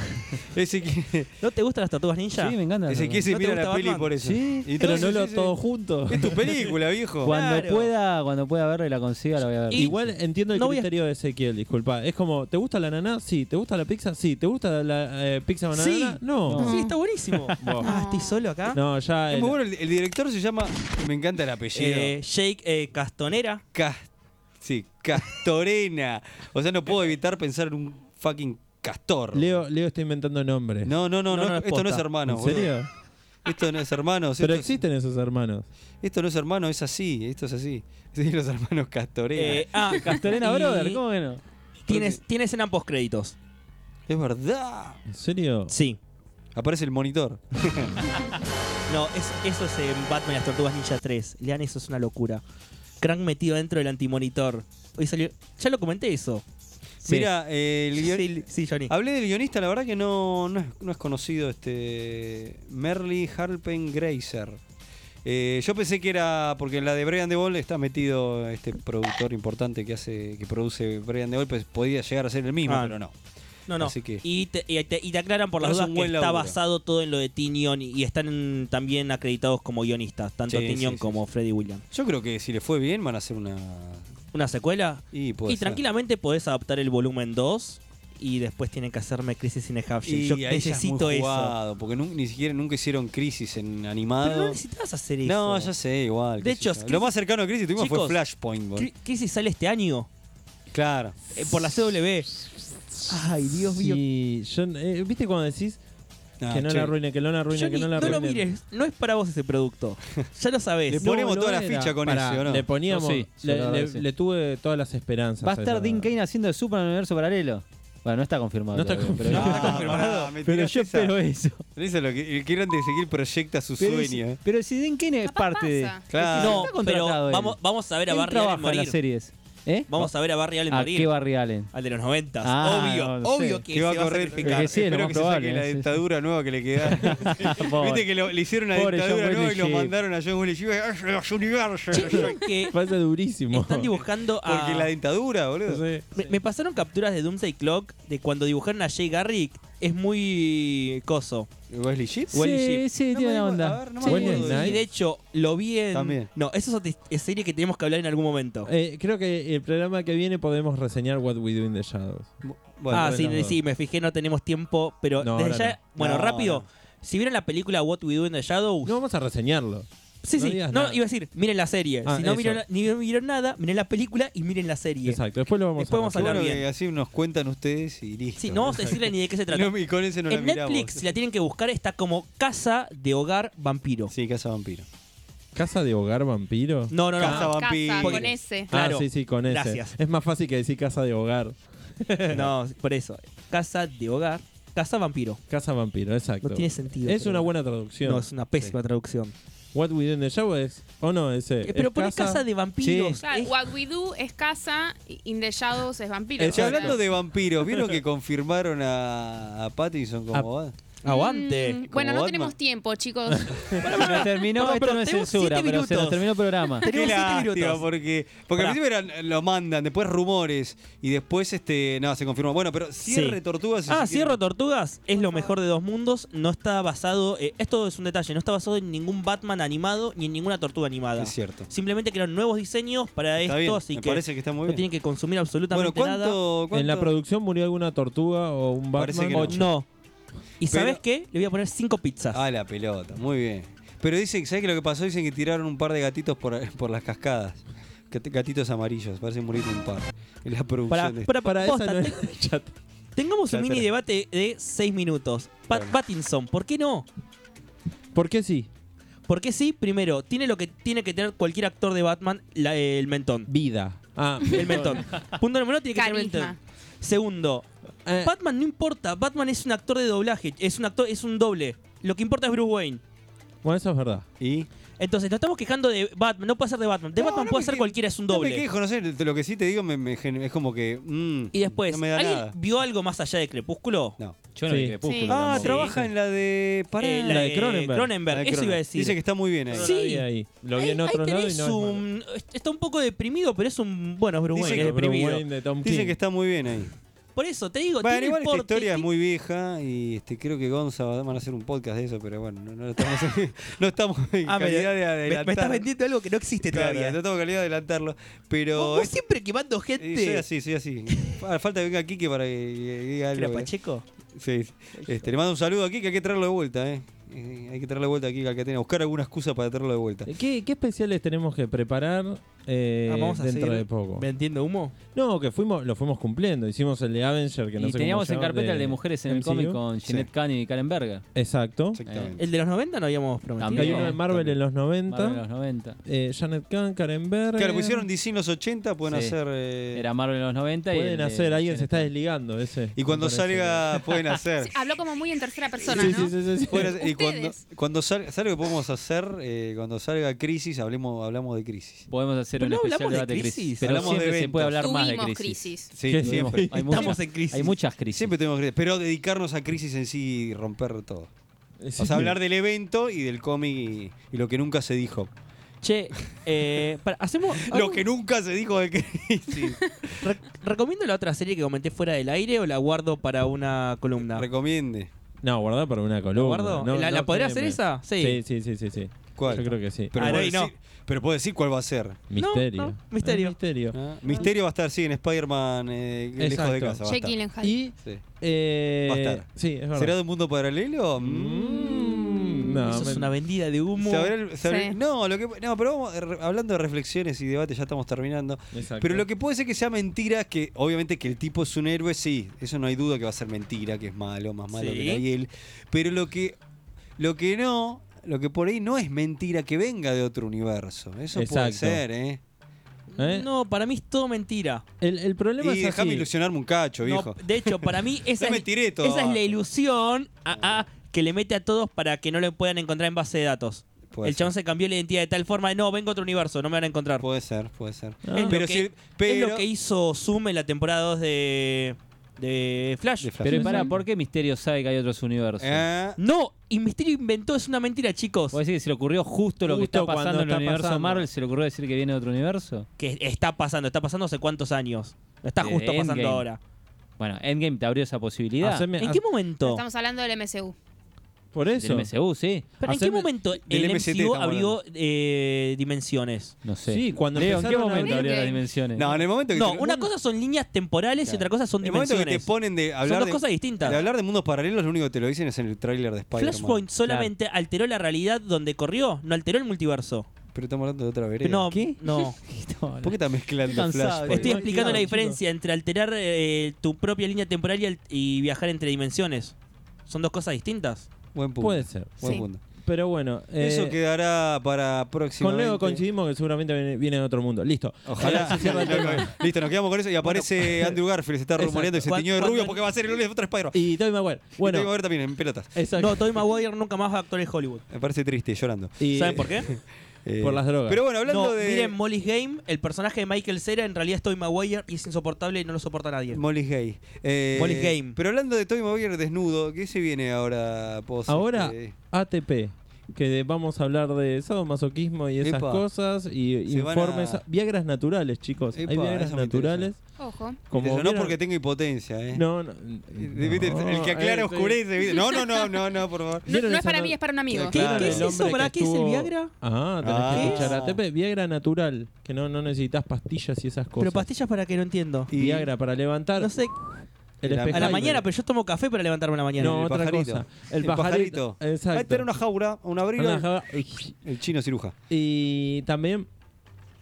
Speaker 2: Ezequiel,
Speaker 3: ¿No te gustan las tortugas ninja?
Speaker 1: Sí, me encanta.
Speaker 2: Ezequiel se
Speaker 3: ¿No te
Speaker 2: mira la
Speaker 3: gusta
Speaker 2: peli
Speaker 3: Batman?
Speaker 2: por eso.
Speaker 1: Sí,
Speaker 2: Y
Speaker 4: Pero no
Speaker 2: entonces
Speaker 4: lo
Speaker 2: dice,
Speaker 4: todo junto.
Speaker 2: Es tu película, viejo.
Speaker 1: Cuando
Speaker 3: Claro.
Speaker 1: pueda, cuando pueda verla y la consiga, la voy a ver.
Speaker 3: Y-
Speaker 4: [laughs] Igual entiendo el
Speaker 3: No voy a-
Speaker 4: criterio de Ezequiel, disculpa. Es como, ¿te gusta la naná? Sí. ¿Te gusta la pizza? Sí. ¿Te gusta la eh, pizza banana?
Speaker 3: Sí.
Speaker 4: No.
Speaker 1: No.
Speaker 3: Sí, está buenísimo. Ah, estoy solo acá.
Speaker 4: No, ya.
Speaker 2: Es
Speaker 4: el-
Speaker 2: muy bueno, el, el director se llama. Me encanta el apellido.
Speaker 3: Eh, Jake eh, Castonera.
Speaker 2: Cas- sí, Castorena. O sea, no puedo evitar pensar en un fucking castor.
Speaker 4: Leo, Leo está inventando nombres.
Speaker 2: No, no, no,
Speaker 3: No,
Speaker 2: no,
Speaker 3: no, es
Speaker 2: esto no
Speaker 3: posta.
Speaker 2: es hermano.
Speaker 4: ¿En serio?
Speaker 2: Esto no es hermano.
Speaker 4: Pero
Speaker 2: esto,
Speaker 4: existen esos hermanos.
Speaker 2: esto no es hermano, es así. Esto es así. [laughs] Sí, los hermanos Castorena.
Speaker 3: Eh, ah,
Speaker 1: Castorena
Speaker 3: [laughs] y
Speaker 1: Brother, ¿cómo que no?
Speaker 3: Tienes, tienes en ambos créditos.
Speaker 2: Es verdad.
Speaker 4: ¿En serio?
Speaker 3: Sí.
Speaker 2: Aparece el monitor.
Speaker 3: No, es- eso es en Batman y las Tortugas Ninja 3. Lean, eso es una locura. Crank metido dentro del antimonitor. Hoy salió. Ya lo comenté eso.
Speaker 2: Mira, eh, el guion-
Speaker 3: Sí, sí, Johnny.
Speaker 2: Hablé del guionista, la verdad que no, no, es, no es conocido este Merly Harpen Grazer. Eh, yo pensé que era porque en la de Brian De Ball está metido este productor importante que hace que produce Brian De Ball, pues podía llegar a ser el mismo,
Speaker 3: Ah,
Speaker 2: pero no.
Speaker 3: No, no.
Speaker 2: Así que-
Speaker 3: y, te, y te- y te aclaran por las
Speaker 2: Pero es
Speaker 3: dudas
Speaker 2: un
Speaker 3: que
Speaker 2: buen
Speaker 3: está
Speaker 2: laburo.
Speaker 3: basado todo en lo de Tinion y, y están en- también acreditados como guionistas, tanto
Speaker 2: Sí,
Speaker 3: Tinion
Speaker 2: sí, sí,
Speaker 3: como Freddy Williams.
Speaker 2: Yo creo que si le fue bien van a hacer una
Speaker 3: ¿Una secuela?
Speaker 2: y, puede
Speaker 3: Y
Speaker 2: ser.
Speaker 3: tranquilamente podés adaptar el volumen 2 y después tienen que hacerme Crisis in a Half Shell.
Speaker 2: Y
Speaker 3: Yo
Speaker 2: ahí ya es muy
Speaker 3: necesito eso.
Speaker 2: jugado, porque nun- ni siquiera nunca hicieron crisis en
Speaker 3: Pero no
Speaker 2: animado.
Speaker 3: necesitas hacer eso.
Speaker 2: Ah. No, ya sé, igual.
Speaker 3: De
Speaker 2: qué sé
Speaker 3: hecho,
Speaker 2: yo.
Speaker 3: Crisis-
Speaker 2: lo más cercano a crisis tuvimos fue
Speaker 3: Chicos,
Speaker 2: Flashpoint. boludo.
Speaker 3: Cri- Crisis sale este año
Speaker 2: Claro.
Speaker 3: eh, por la CW. Ay, Dios mío.
Speaker 4: Sí, yo, eh, ¿Viste cuando decís
Speaker 2: Ah,
Speaker 4: que no
Speaker 2: che,
Speaker 4: la arruine, que no la arruine,
Speaker 3: Johnny,
Speaker 4: que no
Speaker 3: no,
Speaker 4: la arruine?
Speaker 3: lo mires, no es para vos
Speaker 2: [laughs]
Speaker 3: ese producto. Ya lo
Speaker 2: Le
Speaker 3: sabés.
Speaker 2: po- ponemos
Speaker 4: lo
Speaker 2: toda la
Speaker 4: era.
Speaker 2: ficha con
Speaker 4: Pará,
Speaker 2: ese, ¿o no?
Speaker 4: Le poníamos,
Speaker 1: No, sí, sí,
Speaker 4: le,
Speaker 1: la
Speaker 4: le-
Speaker 1: verdad que sí.
Speaker 4: le tuve todas las esperanzas.
Speaker 1: Va a
Speaker 4: esa
Speaker 1: estar Dean
Speaker 4: verdad.
Speaker 1: Kane haciendo de Super en el universo paralelo. Bueno, no está confirmado.
Speaker 4: No está
Speaker 1: todavía, pero-
Speaker 2: No,
Speaker 4: confirmado.
Speaker 1: pero,
Speaker 2: pará, me
Speaker 1: pero
Speaker 2: tirás
Speaker 1: yo
Speaker 2: esa.
Speaker 1: espero eso.
Speaker 2: Eso es lo que el Kieran de Ezequiel proyecta su
Speaker 1: Pero si,
Speaker 2: sueño. eh.
Speaker 1: pero si Dean Kane es
Speaker 5: Capaz
Speaker 1: parte de.
Speaker 5: pasa.
Speaker 2: Claro.
Speaker 3: No,
Speaker 1: Está contratado
Speaker 3: pero
Speaker 1: él.
Speaker 3: vamos, vamos a ver a
Speaker 1: Él
Speaker 3: Barry
Speaker 1: trabaja
Speaker 3: Allen
Speaker 1: en las
Speaker 3: morir.
Speaker 1: series. ¿Eh?
Speaker 3: Vamos a ver a Barry Allen
Speaker 1: ¿A
Speaker 3: morir.
Speaker 1: qué Barry Allen?
Speaker 3: Al de los 90.
Speaker 1: Ah,
Speaker 3: obvio,
Speaker 1: no, no
Speaker 3: obvio
Speaker 1: sé.
Speaker 3: que,
Speaker 2: que va a
Speaker 3: se va a
Speaker 2: correr.
Speaker 3: sacrificar.
Speaker 1: que sí, es lo
Speaker 2: Espero
Speaker 1: más
Speaker 2: que
Speaker 1: probable,
Speaker 2: se saque
Speaker 1: sí,
Speaker 2: la
Speaker 1: sí.
Speaker 2: dictadura nueva que le queda. Viste que lo- le hicieron una
Speaker 1: Pobre
Speaker 2: dictadura
Speaker 1: John
Speaker 2: nueva y
Speaker 1: Wesley
Speaker 2: lo
Speaker 1: Shipp.
Speaker 2: mandaron a John Willy los universos.
Speaker 3: Che, ¿vieron que
Speaker 4: Pasa durísimo.
Speaker 3: están dibujando a...
Speaker 2: Porque la dictadura, boludo.
Speaker 4: Sí.
Speaker 3: me, me pasaron capturas de Doomsday Clock de cuando dibujaron a Jay Garrick. Es muy coso.
Speaker 2: ¿Wesley Shipp?
Speaker 3: Wally Ship.
Speaker 1: Sí, sí,
Speaker 2: No me
Speaker 1: tiene una
Speaker 2: digo-
Speaker 1: onda.
Speaker 2: a ver, no me
Speaker 1: Sí.
Speaker 2: acuerdo
Speaker 4: Wally
Speaker 3: Y de hecho, lo vi en...
Speaker 2: También.
Speaker 3: No, esa es otra his- es serie que tenemos que hablar en algún momento.
Speaker 4: Eh, creo que el programa que viene podemos reseñar What We Do in the Shadows.
Speaker 2: Bueno,
Speaker 3: ah,
Speaker 4: bueno,
Speaker 3: sí,
Speaker 4: no.
Speaker 3: sí, me fijé, no tenemos tiempo, pero
Speaker 4: No,
Speaker 3: desde
Speaker 4: ahora
Speaker 3: ya,
Speaker 2: no.
Speaker 3: bueno,
Speaker 2: No,
Speaker 3: rápido,
Speaker 2: no.
Speaker 3: si vieron la película What We Do in the Shadows,
Speaker 4: No vamos a reseñarlo.
Speaker 3: sí,
Speaker 4: no
Speaker 3: sí,
Speaker 4: digas
Speaker 3: no,
Speaker 4: nada.
Speaker 3: iba a decir, miren la serie,
Speaker 4: Ah,
Speaker 3: si no
Speaker 4: eso.
Speaker 3: vieron, ni vieron nada, miren la película y miren la serie.
Speaker 4: Exacto. Después lo vamos
Speaker 3: Después
Speaker 4: a
Speaker 3: vamos a
Speaker 2: qué bueno
Speaker 3: hablar
Speaker 2: que
Speaker 3: bien.
Speaker 2: así nos cuentan ustedes y listo.
Speaker 3: Sí, no
Speaker 2: [laughs]
Speaker 3: vamos a decirle ni de qué se trata.
Speaker 2: No, y con ese no la
Speaker 3: en
Speaker 2: miramos.
Speaker 3: Netflix, si la tienen que buscar, está como Casa de Hogar Vampiro.
Speaker 2: Sí, Casa Vampiro.
Speaker 4: ¿Casa de hogar vampiro?
Speaker 3: No, no, no.
Speaker 2: Casa
Speaker 5: Casa,
Speaker 2: Vampiro.
Speaker 5: con ese.
Speaker 4: Ah,
Speaker 3: claro.
Speaker 4: sí, sí, con ese.
Speaker 3: Gracias.
Speaker 4: Es más fácil que decir casa de hogar.
Speaker 3: No, por eso. Casa de Hogar, Casa Vampiro.
Speaker 4: Casa vampiro, exacto.
Speaker 3: No tiene sentido.
Speaker 4: es
Speaker 3: pero
Speaker 4: una
Speaker 3: bueno.
Speaker 4: buena traducción.
Speaker 3: No, es una pésima traducción.
Speaker 4: What We Do in the Shadows es. ¿O no? Ese.
Speaker 3: Eh, pero
Speaker 4: es
Speaker 3: pones Casa de Vampiros.
Speaker 1: Sí.
Speaker 5: Claro,
Speaker 3: es-
Speaker 5: What We Do es casa, y In the Shadows es vampiro.
Speaker 2: Che,
Speaker 4: Exacto.
Speaker 2: hablando de vampiros, ¿vieron que confirmaron a, a Pattinson como "Ah,
Speaker 4: A-
Speaker 2: va?
Speaker 3: Aguante.
Speaker 5: Mm, bueno, no
Speaker 2: Batman.
Speaker 5: tenemos tiempo, chicos.
Speaker 4: [laughs]
Speaker 1: Se nos terminó,
Speaker 3: Perdón,
Speaker 1: esto
Speaker 3: pero
Speaker 1: no es
Speaker 3: tenemos
Speaker 1: censura,
Speaker 3: siete
Speaker 1: pero se nos
Speaker 3: minutos.
Speaker 1: terminó el programa.
Speaker 2: Qué
Speaker 3: Tenemos siete
Speaker 2: lástima,
Speaker 3: minutos.
Speaker 2: porque, porque al
Speaker 3: Pará.
Speaker 2: principio eran- eh, lo mandan, después rumores y después este no, se confirmó. Bueno, pero cierre
Speaker 3: Sí.
Speaker 2: Tortugas. si
Speaker 3: Ah,
Speaker 2: se quiere.
Speaker 3: Cierro Tortugas es lo mejor de dos mundos. No está basado. eh, esto es un detalle. No está basado en ningún Batman animado ni en ninguna tortuga animada.
Speaker 2: Es cierto.
Speaker 3: Simplemente crearon nuevos diseños para
Speaker 2: Está
Speaker 3: esto,
Speaker 2: bien,
Speaker 3: así
Speaker 2: me
Speaker 3: que
Speaker 2: parece que está muy
Speaker 3: no
Speaker 2: bien.
Speaker 3: tienen que consumir absolutamente
Speaker 2: Bueno, ¿cuánto,
Speaker 4: En la
Speaker 2: cuánto-
Speaker 4: producción murió alguna tortuga o un
Speaker 2: Parece
Speaker 4: Batman.
Speaker 2: que
Speaker 3: nada. O
Speaker 2: no.
Speaker 3: no. ¿Y
Speaker 2: Pero-
Speaker 3: sabes qué? Le voy a poner cinco pizzas.
Speaker 2: Ah, la pelota, muy bien. Pero dicen, ¿sabes qué lo que pasó? Dicen que tiraron un par de gatitos por, por las cascadas. Gat- Gatitos amarillos, parece morir un par. En la producción
Speaker 3: para,
Speaker 2: de-
Speaker 3: para,
Speaker 4: Para
Speaker 3: posta,
Speaker 4: esa no
Speaker 3: te-
Speaker 4: es [laughs] chat.
Speaker 3: Tengamos
Speaker 2: Claro,
Speaker 3: un mini
Speaker 2: espera.
Speaker 3: debate de seis minutos. Pat
Speaker 2: Bueno.
Speaker 3: Pattinson, ¿por qué no?
Speaker 4: ¿Por qué sí?
Speaker 3: Porque sí, primero, tiene lo que tiene que tener cualquier actor de Batman, la- el mentón.
Speaker 4: Vida. Ah,
Speaker 2: [laughs]
Speaker 3: El mentón. Punto número uno, tiene que tener
Speaker 5: Carisma.
Speaker 3: mentón. Segundo,
Speaker 4: eh,
Speaker 3: Batman no importa. Batman es un actor de doblaje. Es un actor, es un doble. Lo que importa es Bruce Wayne.
Speaker 4: bueno, eso es verdad.
Speaker 2: ¿Y?
Speaker 3: Entonces, nos estamos quejando de Batman. No puede ser de Batman. De
Speaker 2: No, no
Speaker 3: Batman
Speaker 2: me
Speaker 3: puede ser
Speaker 2: que-
Speaker 3: cualquiera, es un
Speaker 2: No
Speaker 3: doble.
Speaker 2: me quejo, no sé, te- lo que sí te digo me- me gen- es como que... mm,
Speaker 3: y después,
Speaker 2: No me da
Speaker 3: ¿alguien
Speaker 2: nada.
Speaker 3: vio algo más allá de Crepúsculo?
Speaker 2: No.
Speaker 1: Yo no
Speaker 4: Sí.
Speaker 1: vi Crepúsculo
Speaker 5: Sí.
Speaker 2: Ah,
Speaker 1: tampoco.
Speaker 2: trabaja en la de... Pará,
Speaker 3: Eh, la,
Speaker 4: la
Speaker 3: de
Speaker 4: de
Speaker 3: Cronenberg.
Speaker 4: Cronenberg.
Speaker 2: la de
Speaker 3: eso iba a
Speaker 2: Cronenberg.
Speaker 3: decir.
Speaker 2: Dice que está muy bien ahí.
Speaker 3: Sí.
Speaker 4: Lo vi ahí. Lo vi en
Speaker 3: Ahí- ahí
Speaker 4: otro lado y
Speaker 3: tenés
Speaker 4: no es malo.
Speaker 3: un- Está un poco deprimido, pero es un. Bueno, es Bruce
Speaker 2: Dice que
Speaker 3: Wayne,
Speaker 4: Otro Bruce
Speaker 3: deprimido.
Speaker 4: Wayne de Tom
Speaker 2: Dicen
Speaker 4: King.
Speaker 2: que está muy bien ahí.
Speaker 3: Por eso, te digo,
Speaker 2: Bueno,
Speaker 3: tiene
Speaker 2: igual esta
Speaker 3: porte,
Speaker 2: historia es
Speaker 3: ti-
Speaker 2: muy vieja y este, creo que Gonza va- van a hacer un podcast de eso, pero bueno, no, no estamos, [laughs] no estamos en
Speaker 3: Ah, me,
Speaker 2: calidad de
Speaker 3: me- me
Speaker 2: adelantar.
Speaker 3: estás vendiendo algo que no existe
Speaker 2: Claro,
Speaker 3: todavía.
Speaker 2: no estamos en calidad de adelantarlo, pero...
Speaker 3: vos, vos
Speaker 2: es-
Speaker 3: siempre quemando
Speaker 2: y soy
Speaker 3: gente.
Speaker 2: así, soy así. Ah, Falta que venga Quique para que que diga
Speaker 3: Pero
Speaker 2: algo. eh.
Speaker 3: Pacheco.
Speaker 2: Sí. Este, le mando un saludo a Kike, hay que traerlo de vuelta, ¿eh? Eh, Hay que traerlo de vuelta aquí al que tiene, buscar alguna excusa para traerlo de vuelta.
Speaker 3: Eh,
Speaker 4: ¿Qué, qué especiales tenemos que preparar eh,
Speaker 3: Ah, vamos a
Speaker 4: dentro
Speaker 3: seguir
Speaker 4: de poco?
Speaker 3: ¿Vendiendo humo?
Speaker 4: No, que fuimos, lo fuimos cumpliendo. Hicimos el de Avenger, que no
Speaker 1: y
Speaker 4: sé cómo
Speaker 1: teníamos
Speaker 4: se
Speaker 1: en
Speaker 4: llama,
Speaker 1: carpeta el de mujeres en el
Speaker 4: MCU.
Speaker 1: cómic con Jeanette Cani y Karen Berger.
Speaker 4: Exacto.
Speaker 2: Exactamente.
Speaker 3: El de los 90 no habíamos prometido.
Speaker 1: También.
Speaker 4: Hay uno de Marvel
Speaker 2: También.
Speaker 4: en los 90.
Speaker 1: Marvel de los 90.
Speaker 4: eh, Janet Kahn, Karen Berger.
Speaker 2: Claro, pusieron DC en los 80, pueden
Speaker 1: Sí.
Speaker 2: hacer... eh,
Speaker 1: Era Marvel en los 90 y. el
Speaker 4: Pueden
Speaker 1: de
Speaker 4: hacer, alguien se
Speaker 1: Jeanette
Speaker 4: está
Speaker 1: Cani.
Speaker 4: desligando ese.
Speaker 2: y cuando
Speaker 4: me parece.
Speaker 2: salga, pueden
Speaker 3: [laughs]
Speaker 2: hacer.
Speaker 5: Habló como muy en tercera persona,
Speaker 4: Sí,
Speaker 5: ¿no?
Speaker 4: sí, sí, sí, sí.
Speaker 2: Pueden hacer- y cuando,
Speaker 5: Ustedes.
Speaker 2: cuando salga, ¿sabes lo que podemos hacer? Eh, cuando salga Crisis, hablemos, hablamos de Crisis.
Speaker 1: Podemos hacer
Speaker 3: Pero
Speaker 1: un
Speaker 3: no
Speaker 1: especial
Speaker 3: hablamos de
Speaker 1: debate de
Speaker 3: crisis.
Speaker 1: crisis. Pero
Speaker 2: Hablamos de
Speaker 1: siempre se
Speaker 2: eventos.
Speaker 1: puede hablar más de
Speaker 5: Tuvimos
Speaker 1: crisis.
Speaker 5: crisis.
Speaker 2: Sí,
Speaker 4: ¿Qué
Speaker 2: siempre.
Speaker 1: Hay
Speaker 3: Estamos
Speaker 1: muchas-
Speaker 3: en crisis.
Speaker 1: Hay muchas crisis.
Speaker 2: Siempre tenemos crisis. Pero dedicarnos a Crisis en sí y romper todo.
Speaker 4: [laughs] Sí.
Speaker 2: O sea, hablar del evento y del cómic y, y lo que nunca se dijo.
Speaker 3: Che, eh, [laughs] para- hacemos.
Speaker 2: Lo que nunca se dijo de [laughs] Crisis.
Speaker 3: Re- ¿Recomiendo la otra serie que comenté fuera del aire o la guardo para una columna?
Speaker 2: Recomiende.
Speaker 4: No, guardá para una columna.
Speaker 3: guardo?
Speaker 4: No,
Speaker 3: ¿La-
Speaker 4: no,
Speaker 3: la podría hacer
Speaker 4: créeme.
Speaker 3: esa? Sí.
Speaker 4: Sí, sí, sí, sí. sí.
Speaker 2: ¿Cuál?
Speaker 4: Yo creo que sí.
Speaker 2: Pero,
Speaker 3: Ah,
Speaker 2: puedo
Speaker 3: no, y no.
Speaker 2: decir, pero puedo decir cuál va a ser.
Speaker 4: Misterio.
Speaker 3: no, misterio.
Speaker 4: Ah, misterio.
Speaker 2: Misterio va a estar, sí, en Spider-Man eh, lejos de
Speaker 4: Exacto.
Speaker 2: casa. Va a
Speaker 5: Jake
Speaker 2: estar.
Speaker 5: Gyllenhaal.
Speaker 4: Y.
Speaker 2: Sí.
Speaker 4: eh,
Speaker 2: Va a estar.
Speaker 4: Sí, es verdad.
Speaker 2: ¿Será de un mundo paralelo? Mm.
Speaker 4: No,
Speaker 3: Eso es
Speaker 4: men-
Speaker 3: una vendida de humo.
Speaker 2: Se habrá el- se habrá-
Speaker 5: Sí.
Speaker 2: No, lo que, no, pero vamos, eh, re- hablando de reflexiones y debates, ya estamos terminando.
Speaker 4: Exacto.
Speaker 2: Pero lo que puede ser que sea mentira, que obviamente que el tipo es un héroe, sí, eso no hay duda que va a ser mentira, que es malo, más malo
Speaker 3: Sí.
Speaker 2: que la hiel. Pero lo que, lo que no, lo que por ahí no es mentira, que venga de otro universo. Eso puede
Speaker 4: Exacto.
Speaker 2: ser, ¿eh?
Speaker 4: ¿Eh?
Speaker 3: No, para mí es todo mentira.
Speaker 4: El, el problema
Speaker 2: Y
Speaker 4: es así.
Speaker 2: déjame ilusionarme un cacho,
Speaker 3: No,
Speaker 2: viejo.
Speaker 3: de hecho, para mí
Speaker 2: [laughs]
Speaker 3: esa,
Speaker 2: No me
Speaker 3: es,
Speaker 2: tiré todo
Speaker 3: esa es la
Speaker 2: abajo.
Speaker 3: ilusión ah, ah, que le mete a todos para que no lo puedan encontrar en base de datos.
Speaker 2: Puede
Speaker 3: el chabón se cambió la identidad de tal forma de no, vengo a otro universo, no me van a encontrar.
Speaker 2: Puede ser, puede ser.
Speaker 4: Ah.
Speaker 3: Es,
Speaker 2: Pero
Speaker 3: lo que,
Speaker 2: si- pero-
Speaker 3: es lo que hizo Zoom en la temporada 2 de, de Flash.
Speaker 2: De Flash.
Speaker 1: Pero
Speaker 4: Sí,
Speaker 1: pará,
Speaker 4: sí.
Speaker 1: ¿por qué Misterio sabe que hay otros universos?
Speaker 2: Ah,
Speaker 3: No, y Misterio inventó, es una mentira, chicos.
Speaker 2: Pues-
Speaker 1: ¿Vos decís que se le ocurrió justo lo que
Speaker 4: Justo
Speaker 1: está pasando
Speaker 4: cuando
Speaker 1: en el
Speaker 4: está
Speaker 1: universo
Speaker 4: pasando.
Speaker 1: Marvel? ¿Se le ocurrió decir que viene de otro universo?
Speaker 3: Que está pasando, está pasando hace cuántos años. No Está
Speaker 1: De
Speaker 3: justo pasando
Speaker 1: Endgame.
Speaker 3: ahora.
Speaker 1: Bueno, Endgame te abrió esa posibilidad.
Speaker 4: Haceme-
Speaker 3: ¿En
Speaker 4: ha-
Speaker 3: qué momento?
Speaker 5: Estamos hablando del MCU.
Speaker 4: Por eso.
Speaker 1: Del MCU, sí.
Speaker 3: Pero ¿En qué
Speaker 4: haceme-
Speaker 3: momento
Speaker 2: del
Speaker 3: el
Speaker 2: MCT
Speaker 3: MCU
Speaker 2: estamos
Speaker 3: abrió eh, dimensiones?
Speaker 1: No sé.
Speaker 4: Sí, cuando
Speaker 1: Leo, ¿en qué
Speaker 4: empezaron a
Speaker 1: momento
Speaker 4: abrir-
Speaker 1: abrió las
Speaker 5: Endgame.
Speaker 1: dimensiones?
Speaker 2: no, en el momento que
Speaker 3: No,
Speaker 2: te-
Speaker 3: una cosa son líneas temporales y
Speaker 2: Claro.
Speaker 3: otra cosa son
Speaker 2: en el momento que te
Speaker 3: dimensiones.
Speaker 2: ponen de hablar
Speaker 3: Son dos
Speaker 2: de,
Speaker 3: cosas distintas.
Speaker 2: de hablar de mundos paralelos, lo único que te lo dicen es en el tráiler de Spider-Man.
Speaker 3: Flashpoint solamente alteró la realidad donde corrió, no alteró el multiverso.
Speaker 2: Pero estamos hablando de otra vereda.
Speaker 3: No,
Speaker 1: ¿Qué?
Speaker 2: [laughs]
Speaker 3: no.
Speaker 1: No,
Speaker 2: ¿Por qué estás mezclando
Speaker 1: Estoy cansado,
Speaker 2: Flashpoint?
Speaker 3: Estoy
Speaker 4: Bueno,
Speaker 3: explicando
Speaker 4: claro,
Speaker 3: la
Speaker 4: chicos.
Speaker 3: diferencia entre alterar eh, tu propia línea temporal y, al- y viajar entre dimensiones. Son dos cosas distintas.
Speaker 2: Buen punto.
Speaker 4: Puede ser.
Speaker 2: Buen
Speaker 5: Sí.
Speaker 2: punto.
Speaker 4: Pero bueno.
Speaker 2: Eso
Speaker 4: eh,
Speaker 2: quedará para próximo.
Speaker 4: Con Leo coincidimos que seguramente viene, viene de otro mundo. Listo.
Speaker 2: Ojalá. [laughs] Listo, nos quedamos con eso. Y aparece Andrew Garfield, se está
Speaker 4: Exacto.
Speaker 2: rumoreando y se
Speaker 3: Cuan-
Speaker 2: tiñó de
Speaker 3: cuando-
Speaker 2: rubio porque va a ser el lunes de otra Spider-Man.
Speaker 4: Y Tobey Maguire.
Speaker 2: [laughs] Y tengo que
Speaker 4: Bueno,
Speaker 2: ver también en pelotas.
Speaker 4: exacto.
Speaker 3: No, Tobey Maguire nunca más va a actuar en Hollywood.
Speaker 2: Me parece triste, llorando.
Speaker 4: [laughs] Y-
Speaker 3: ¿Saben por qué?
Speaker 2: Eh,
Speaker 4: Por las drogas.
Speaker 2: Pero bueno, hablando
Speaker 3: No,
Speaker 2: de.
Speaker 3: Miren, Molly's Game, el personaje de Michael Cera en realidad es Tobey Maguire y es insoportable y no lo soporta nadie.
Speaker 2: Molly's Gay. Eh,
Speaker 3: Molly's Game.
Speaker 2: Pero hablando de Toby Maguire desnudo, ¿qué se viene ahora, Pozo?
Speaker 4: Ahora,
Speaker 2: Eh,
Speaker 4: ATP. Que de- vamos a hablar de sadomasoquismo y esas
Speaker 2: Epa.
Speaker 4: cosas. Y
Speaker 2: Se van a-
Speaker 4: informes. Viagras naturales, chicos.
Speaker 2: Epa,
Speaker 4: Hay viagras
Speaker 2: eso me
Speaker 4: naturales.
Speaker 5: Ojo.
Speaker 4: Como
Speaker 2: Eso no
Speaker 4: vieron-
Speaker 2: porque tengo hipotencia, ¿eh?
Speaker 4: No, no.
Speaker 2: ¿Viste?
Speaker 4: no,
Speaker 2: el que aclara
Speaker 4: eh,
Speaker 2: oscurece. ¿viste? No, no,
Speaker 4: [laughs]
Speaker 2: no, no, no, por favor.
Speaker 5: No,
Speaker 4: ¿Vieron
Speaker 5: no es
Speaker 4: esa
Speaker 5: para
Speaker 4: no-
Speaker 5: mí, es para un amigo.
Speaker 2: ¿Qué- Claro. qué es
Speaker 4: el hombre
Speaker 3: eso? Pará,
Speaker 4: que
Speaker 3: ¿qué es el
Speaker 4: estuvo-
Speaker 3: Viagra?
Speaker 4: Ah, tenés
Speaker 2: Ah.
Speaker 4: que escuchar ATP. Viagra natural. Que no, no necesitas pastillas y esas cosas.
Speaker 3: Pero pastillas para que no entiendo.
Speaker 2: Y-
Speaker 4: Viagra para levantar.
Speaker 3: No sé,
Speaker 2: la-
Speaker 4: el
Speaker 2: a la
Speaker 3: a la
Speaker 4: espejaime.
Speaker 3: mañana, pero yo tomo café para levantarme a la mañana.
Speaker 4: No,
Speaker 2: el
Speaker 4: otra
Speaker 2: pajarito.
Speaker 4: cosa.
Speaker 2: El pajarito. Hay que
Speaker 4: Exacto.
Speaker 2: tener una jaula, un abrigo.
Speaker 4: Una java-
Speaker 2: El chino ciruja.
Speaker 4: Y también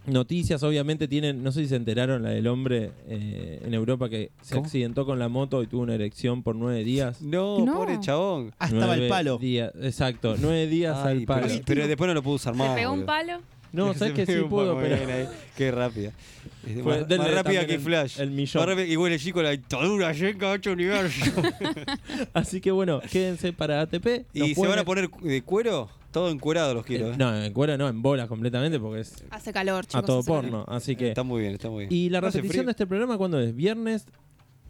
Speaker 4: noticias, obviamente, tienen, no sé si se enteraron, la del hombre eh, en Europa que se
Speaker 2: ¿Cómo?
Speaker 4: accidentó con la moto y tuvo una erección por nueve días.
Speaker 2: No,
Speaker 5: No.
Speaker 2: pobre chabón.
Speaker 7: Ah, estaba
Speaker 4: Nueve
Speaker 7: el palo.
Speaker 4: días- exacto, nueve días
Speaker 2: Ay,
Speaker 4: al palo.
Speaker 2: Pero, pero después no lo pudo usar
Speaker 5: ¿Se
Speaker 2: más.
Speaker 5: pegó un
Speaker 2: boludo.
Speaker 5: palo?
Speaker 2: [laughs]
Speaker 4: No,
Speaker 2: Se
Speaker 4: sabes que sí
Speaker 2: pegó un
Speaker 4: pudo,
Speaker 2: palo,
Speaker 4: pero.
Speaker 2: bueno, ahí. Qué rápida. Es
Speaker 4: Fue-
Speaker 2: más,
Speaker 4: denle
Speaker 2: más rápida
Speaker 4: también
Speaker 2: que
Speaker 4: el-
Speaker 2: Flash.
Speaker 4: el millón.
Speaker 2: Más rápida- y huele chico la dictadura, Yenka 8
Speaker 4: [laughs]
Speaker 2: universo.
Speaker 4: [laughs] Así que bueno, quédense para ATP. nos
Speaker 2: ¿Y se
Speaker 4: pueden-
Speaker 2: van a poner cu- de cuero? Todo encuerado los quiero.
Speaker 4: Eh,
Speaker 2: ¿eh?
Speaker 4: No, en cuero no, en bolas completamente porque es
Speaker 5: Hace calor,
Speaker 4: a
Speaker 5: chicos.
Speaker 4: todo
Speaker 5: hace calor.
Speaker 4: porno. Así que.
Speaker 2: Está muy bien, está muy bien.
Speaker 4: Y la
Speaker 2: ¿No hace
Speaker 4: repetición de
Speaker 2: frío?
Speaker 4: este programa, ¿cuándo es? Viernes,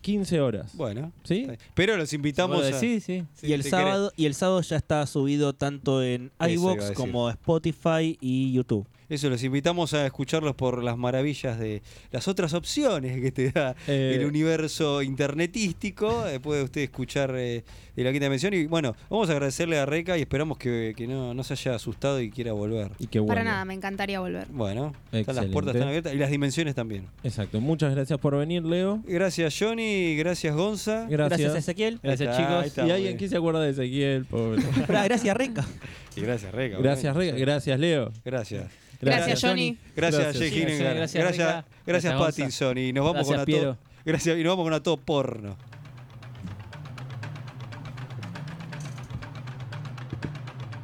Speaker 4: 15 horas.
Speaker 2: Bueno.
Speaker 4: ¿Sí?
Speaker 2: está bien. Pero los invitamos
Speaker 1: ¿Vos
Speaker 2: a...
Speaker 1: decís? Sí.
Speaker 2: Sí,
Speaker 3: Y el,
Speaker 2: si
Speaker 3: sábado, y el sábado ya está subido tanto en
Speaker 2: Eso iba a
Speaker 3: iVoox
Speaker 2: decir.
Speaker 3: como Spotify y YouTube.
Speaker 2: querés. Eso, los invitamos a escucharlos por las maravillas de las otras opciones que te da
Speaker 4: Eh,
Speaker 2: el universo internetístico. Eh, puede usted escuchar eh, de la quinta dimensión. Y bueno, vamos a agradecerle a Reca y esperamos que, que no, no se haya asustado y quiera volver.
Speaker 4: Y que
Speaker 5: Para
Speaker 4: bueno.
Speaker 5: nada, me encantaría volver.
Speaker 2: Bueno, están las
Speaker 4: Excelente.
Speaker 2: puertas están abiertas y las dimensiones también.
Speaker 4: Exacto. Muchas gracias por venir, Leo.
Speaker 2: Gracias Johnny, gracias Gonza.
Speaker 4: Gracias.
Speaker 3: Gracias, Ezequiel. [laughs]
Speaker 1: Gracias,
Speaker 2: Ahí está,
Speaker 1: chicos.
Speaker 2: ahí está,
Speaker 4: y
Speaker 2: muy
Speaker 4: alguien
Speaker 2: bien.
Speaker 4: que se acuerda de
Speaker 2: [laughs]
Speaker 4: Ezequiel, pobre.
Speaker 3: Ah, Gracias, Renca.
Speaker 2: Y gracias Reca.
Speaker 4: gracias, Rega.
Speaker 2: obviamente.
Speaker 4: Gracias, Leo.
Speaker 2: Gracias.
Speaker 5: Gracias, Johnny.
Speaker 2: Gracias,
Speaker 4: Gracias.
Speaker 2: Jay
Speaker 1: Gracias,
Speaker 2: Hinengar.
Speaker 1: gracias,
Speaker 2: Gracias,
Speaker 1: Rica.
Speaker 2: gracias
Speaker 1: Gracias, Gonza.
Speaker 2: Pattinson. Y nos vamos
Speaker 1: Gracias,
Speaker 2: con a
Speaker 1: Piero.
Speaker 2: todo. Gracias, y nos vamos con a todo porno.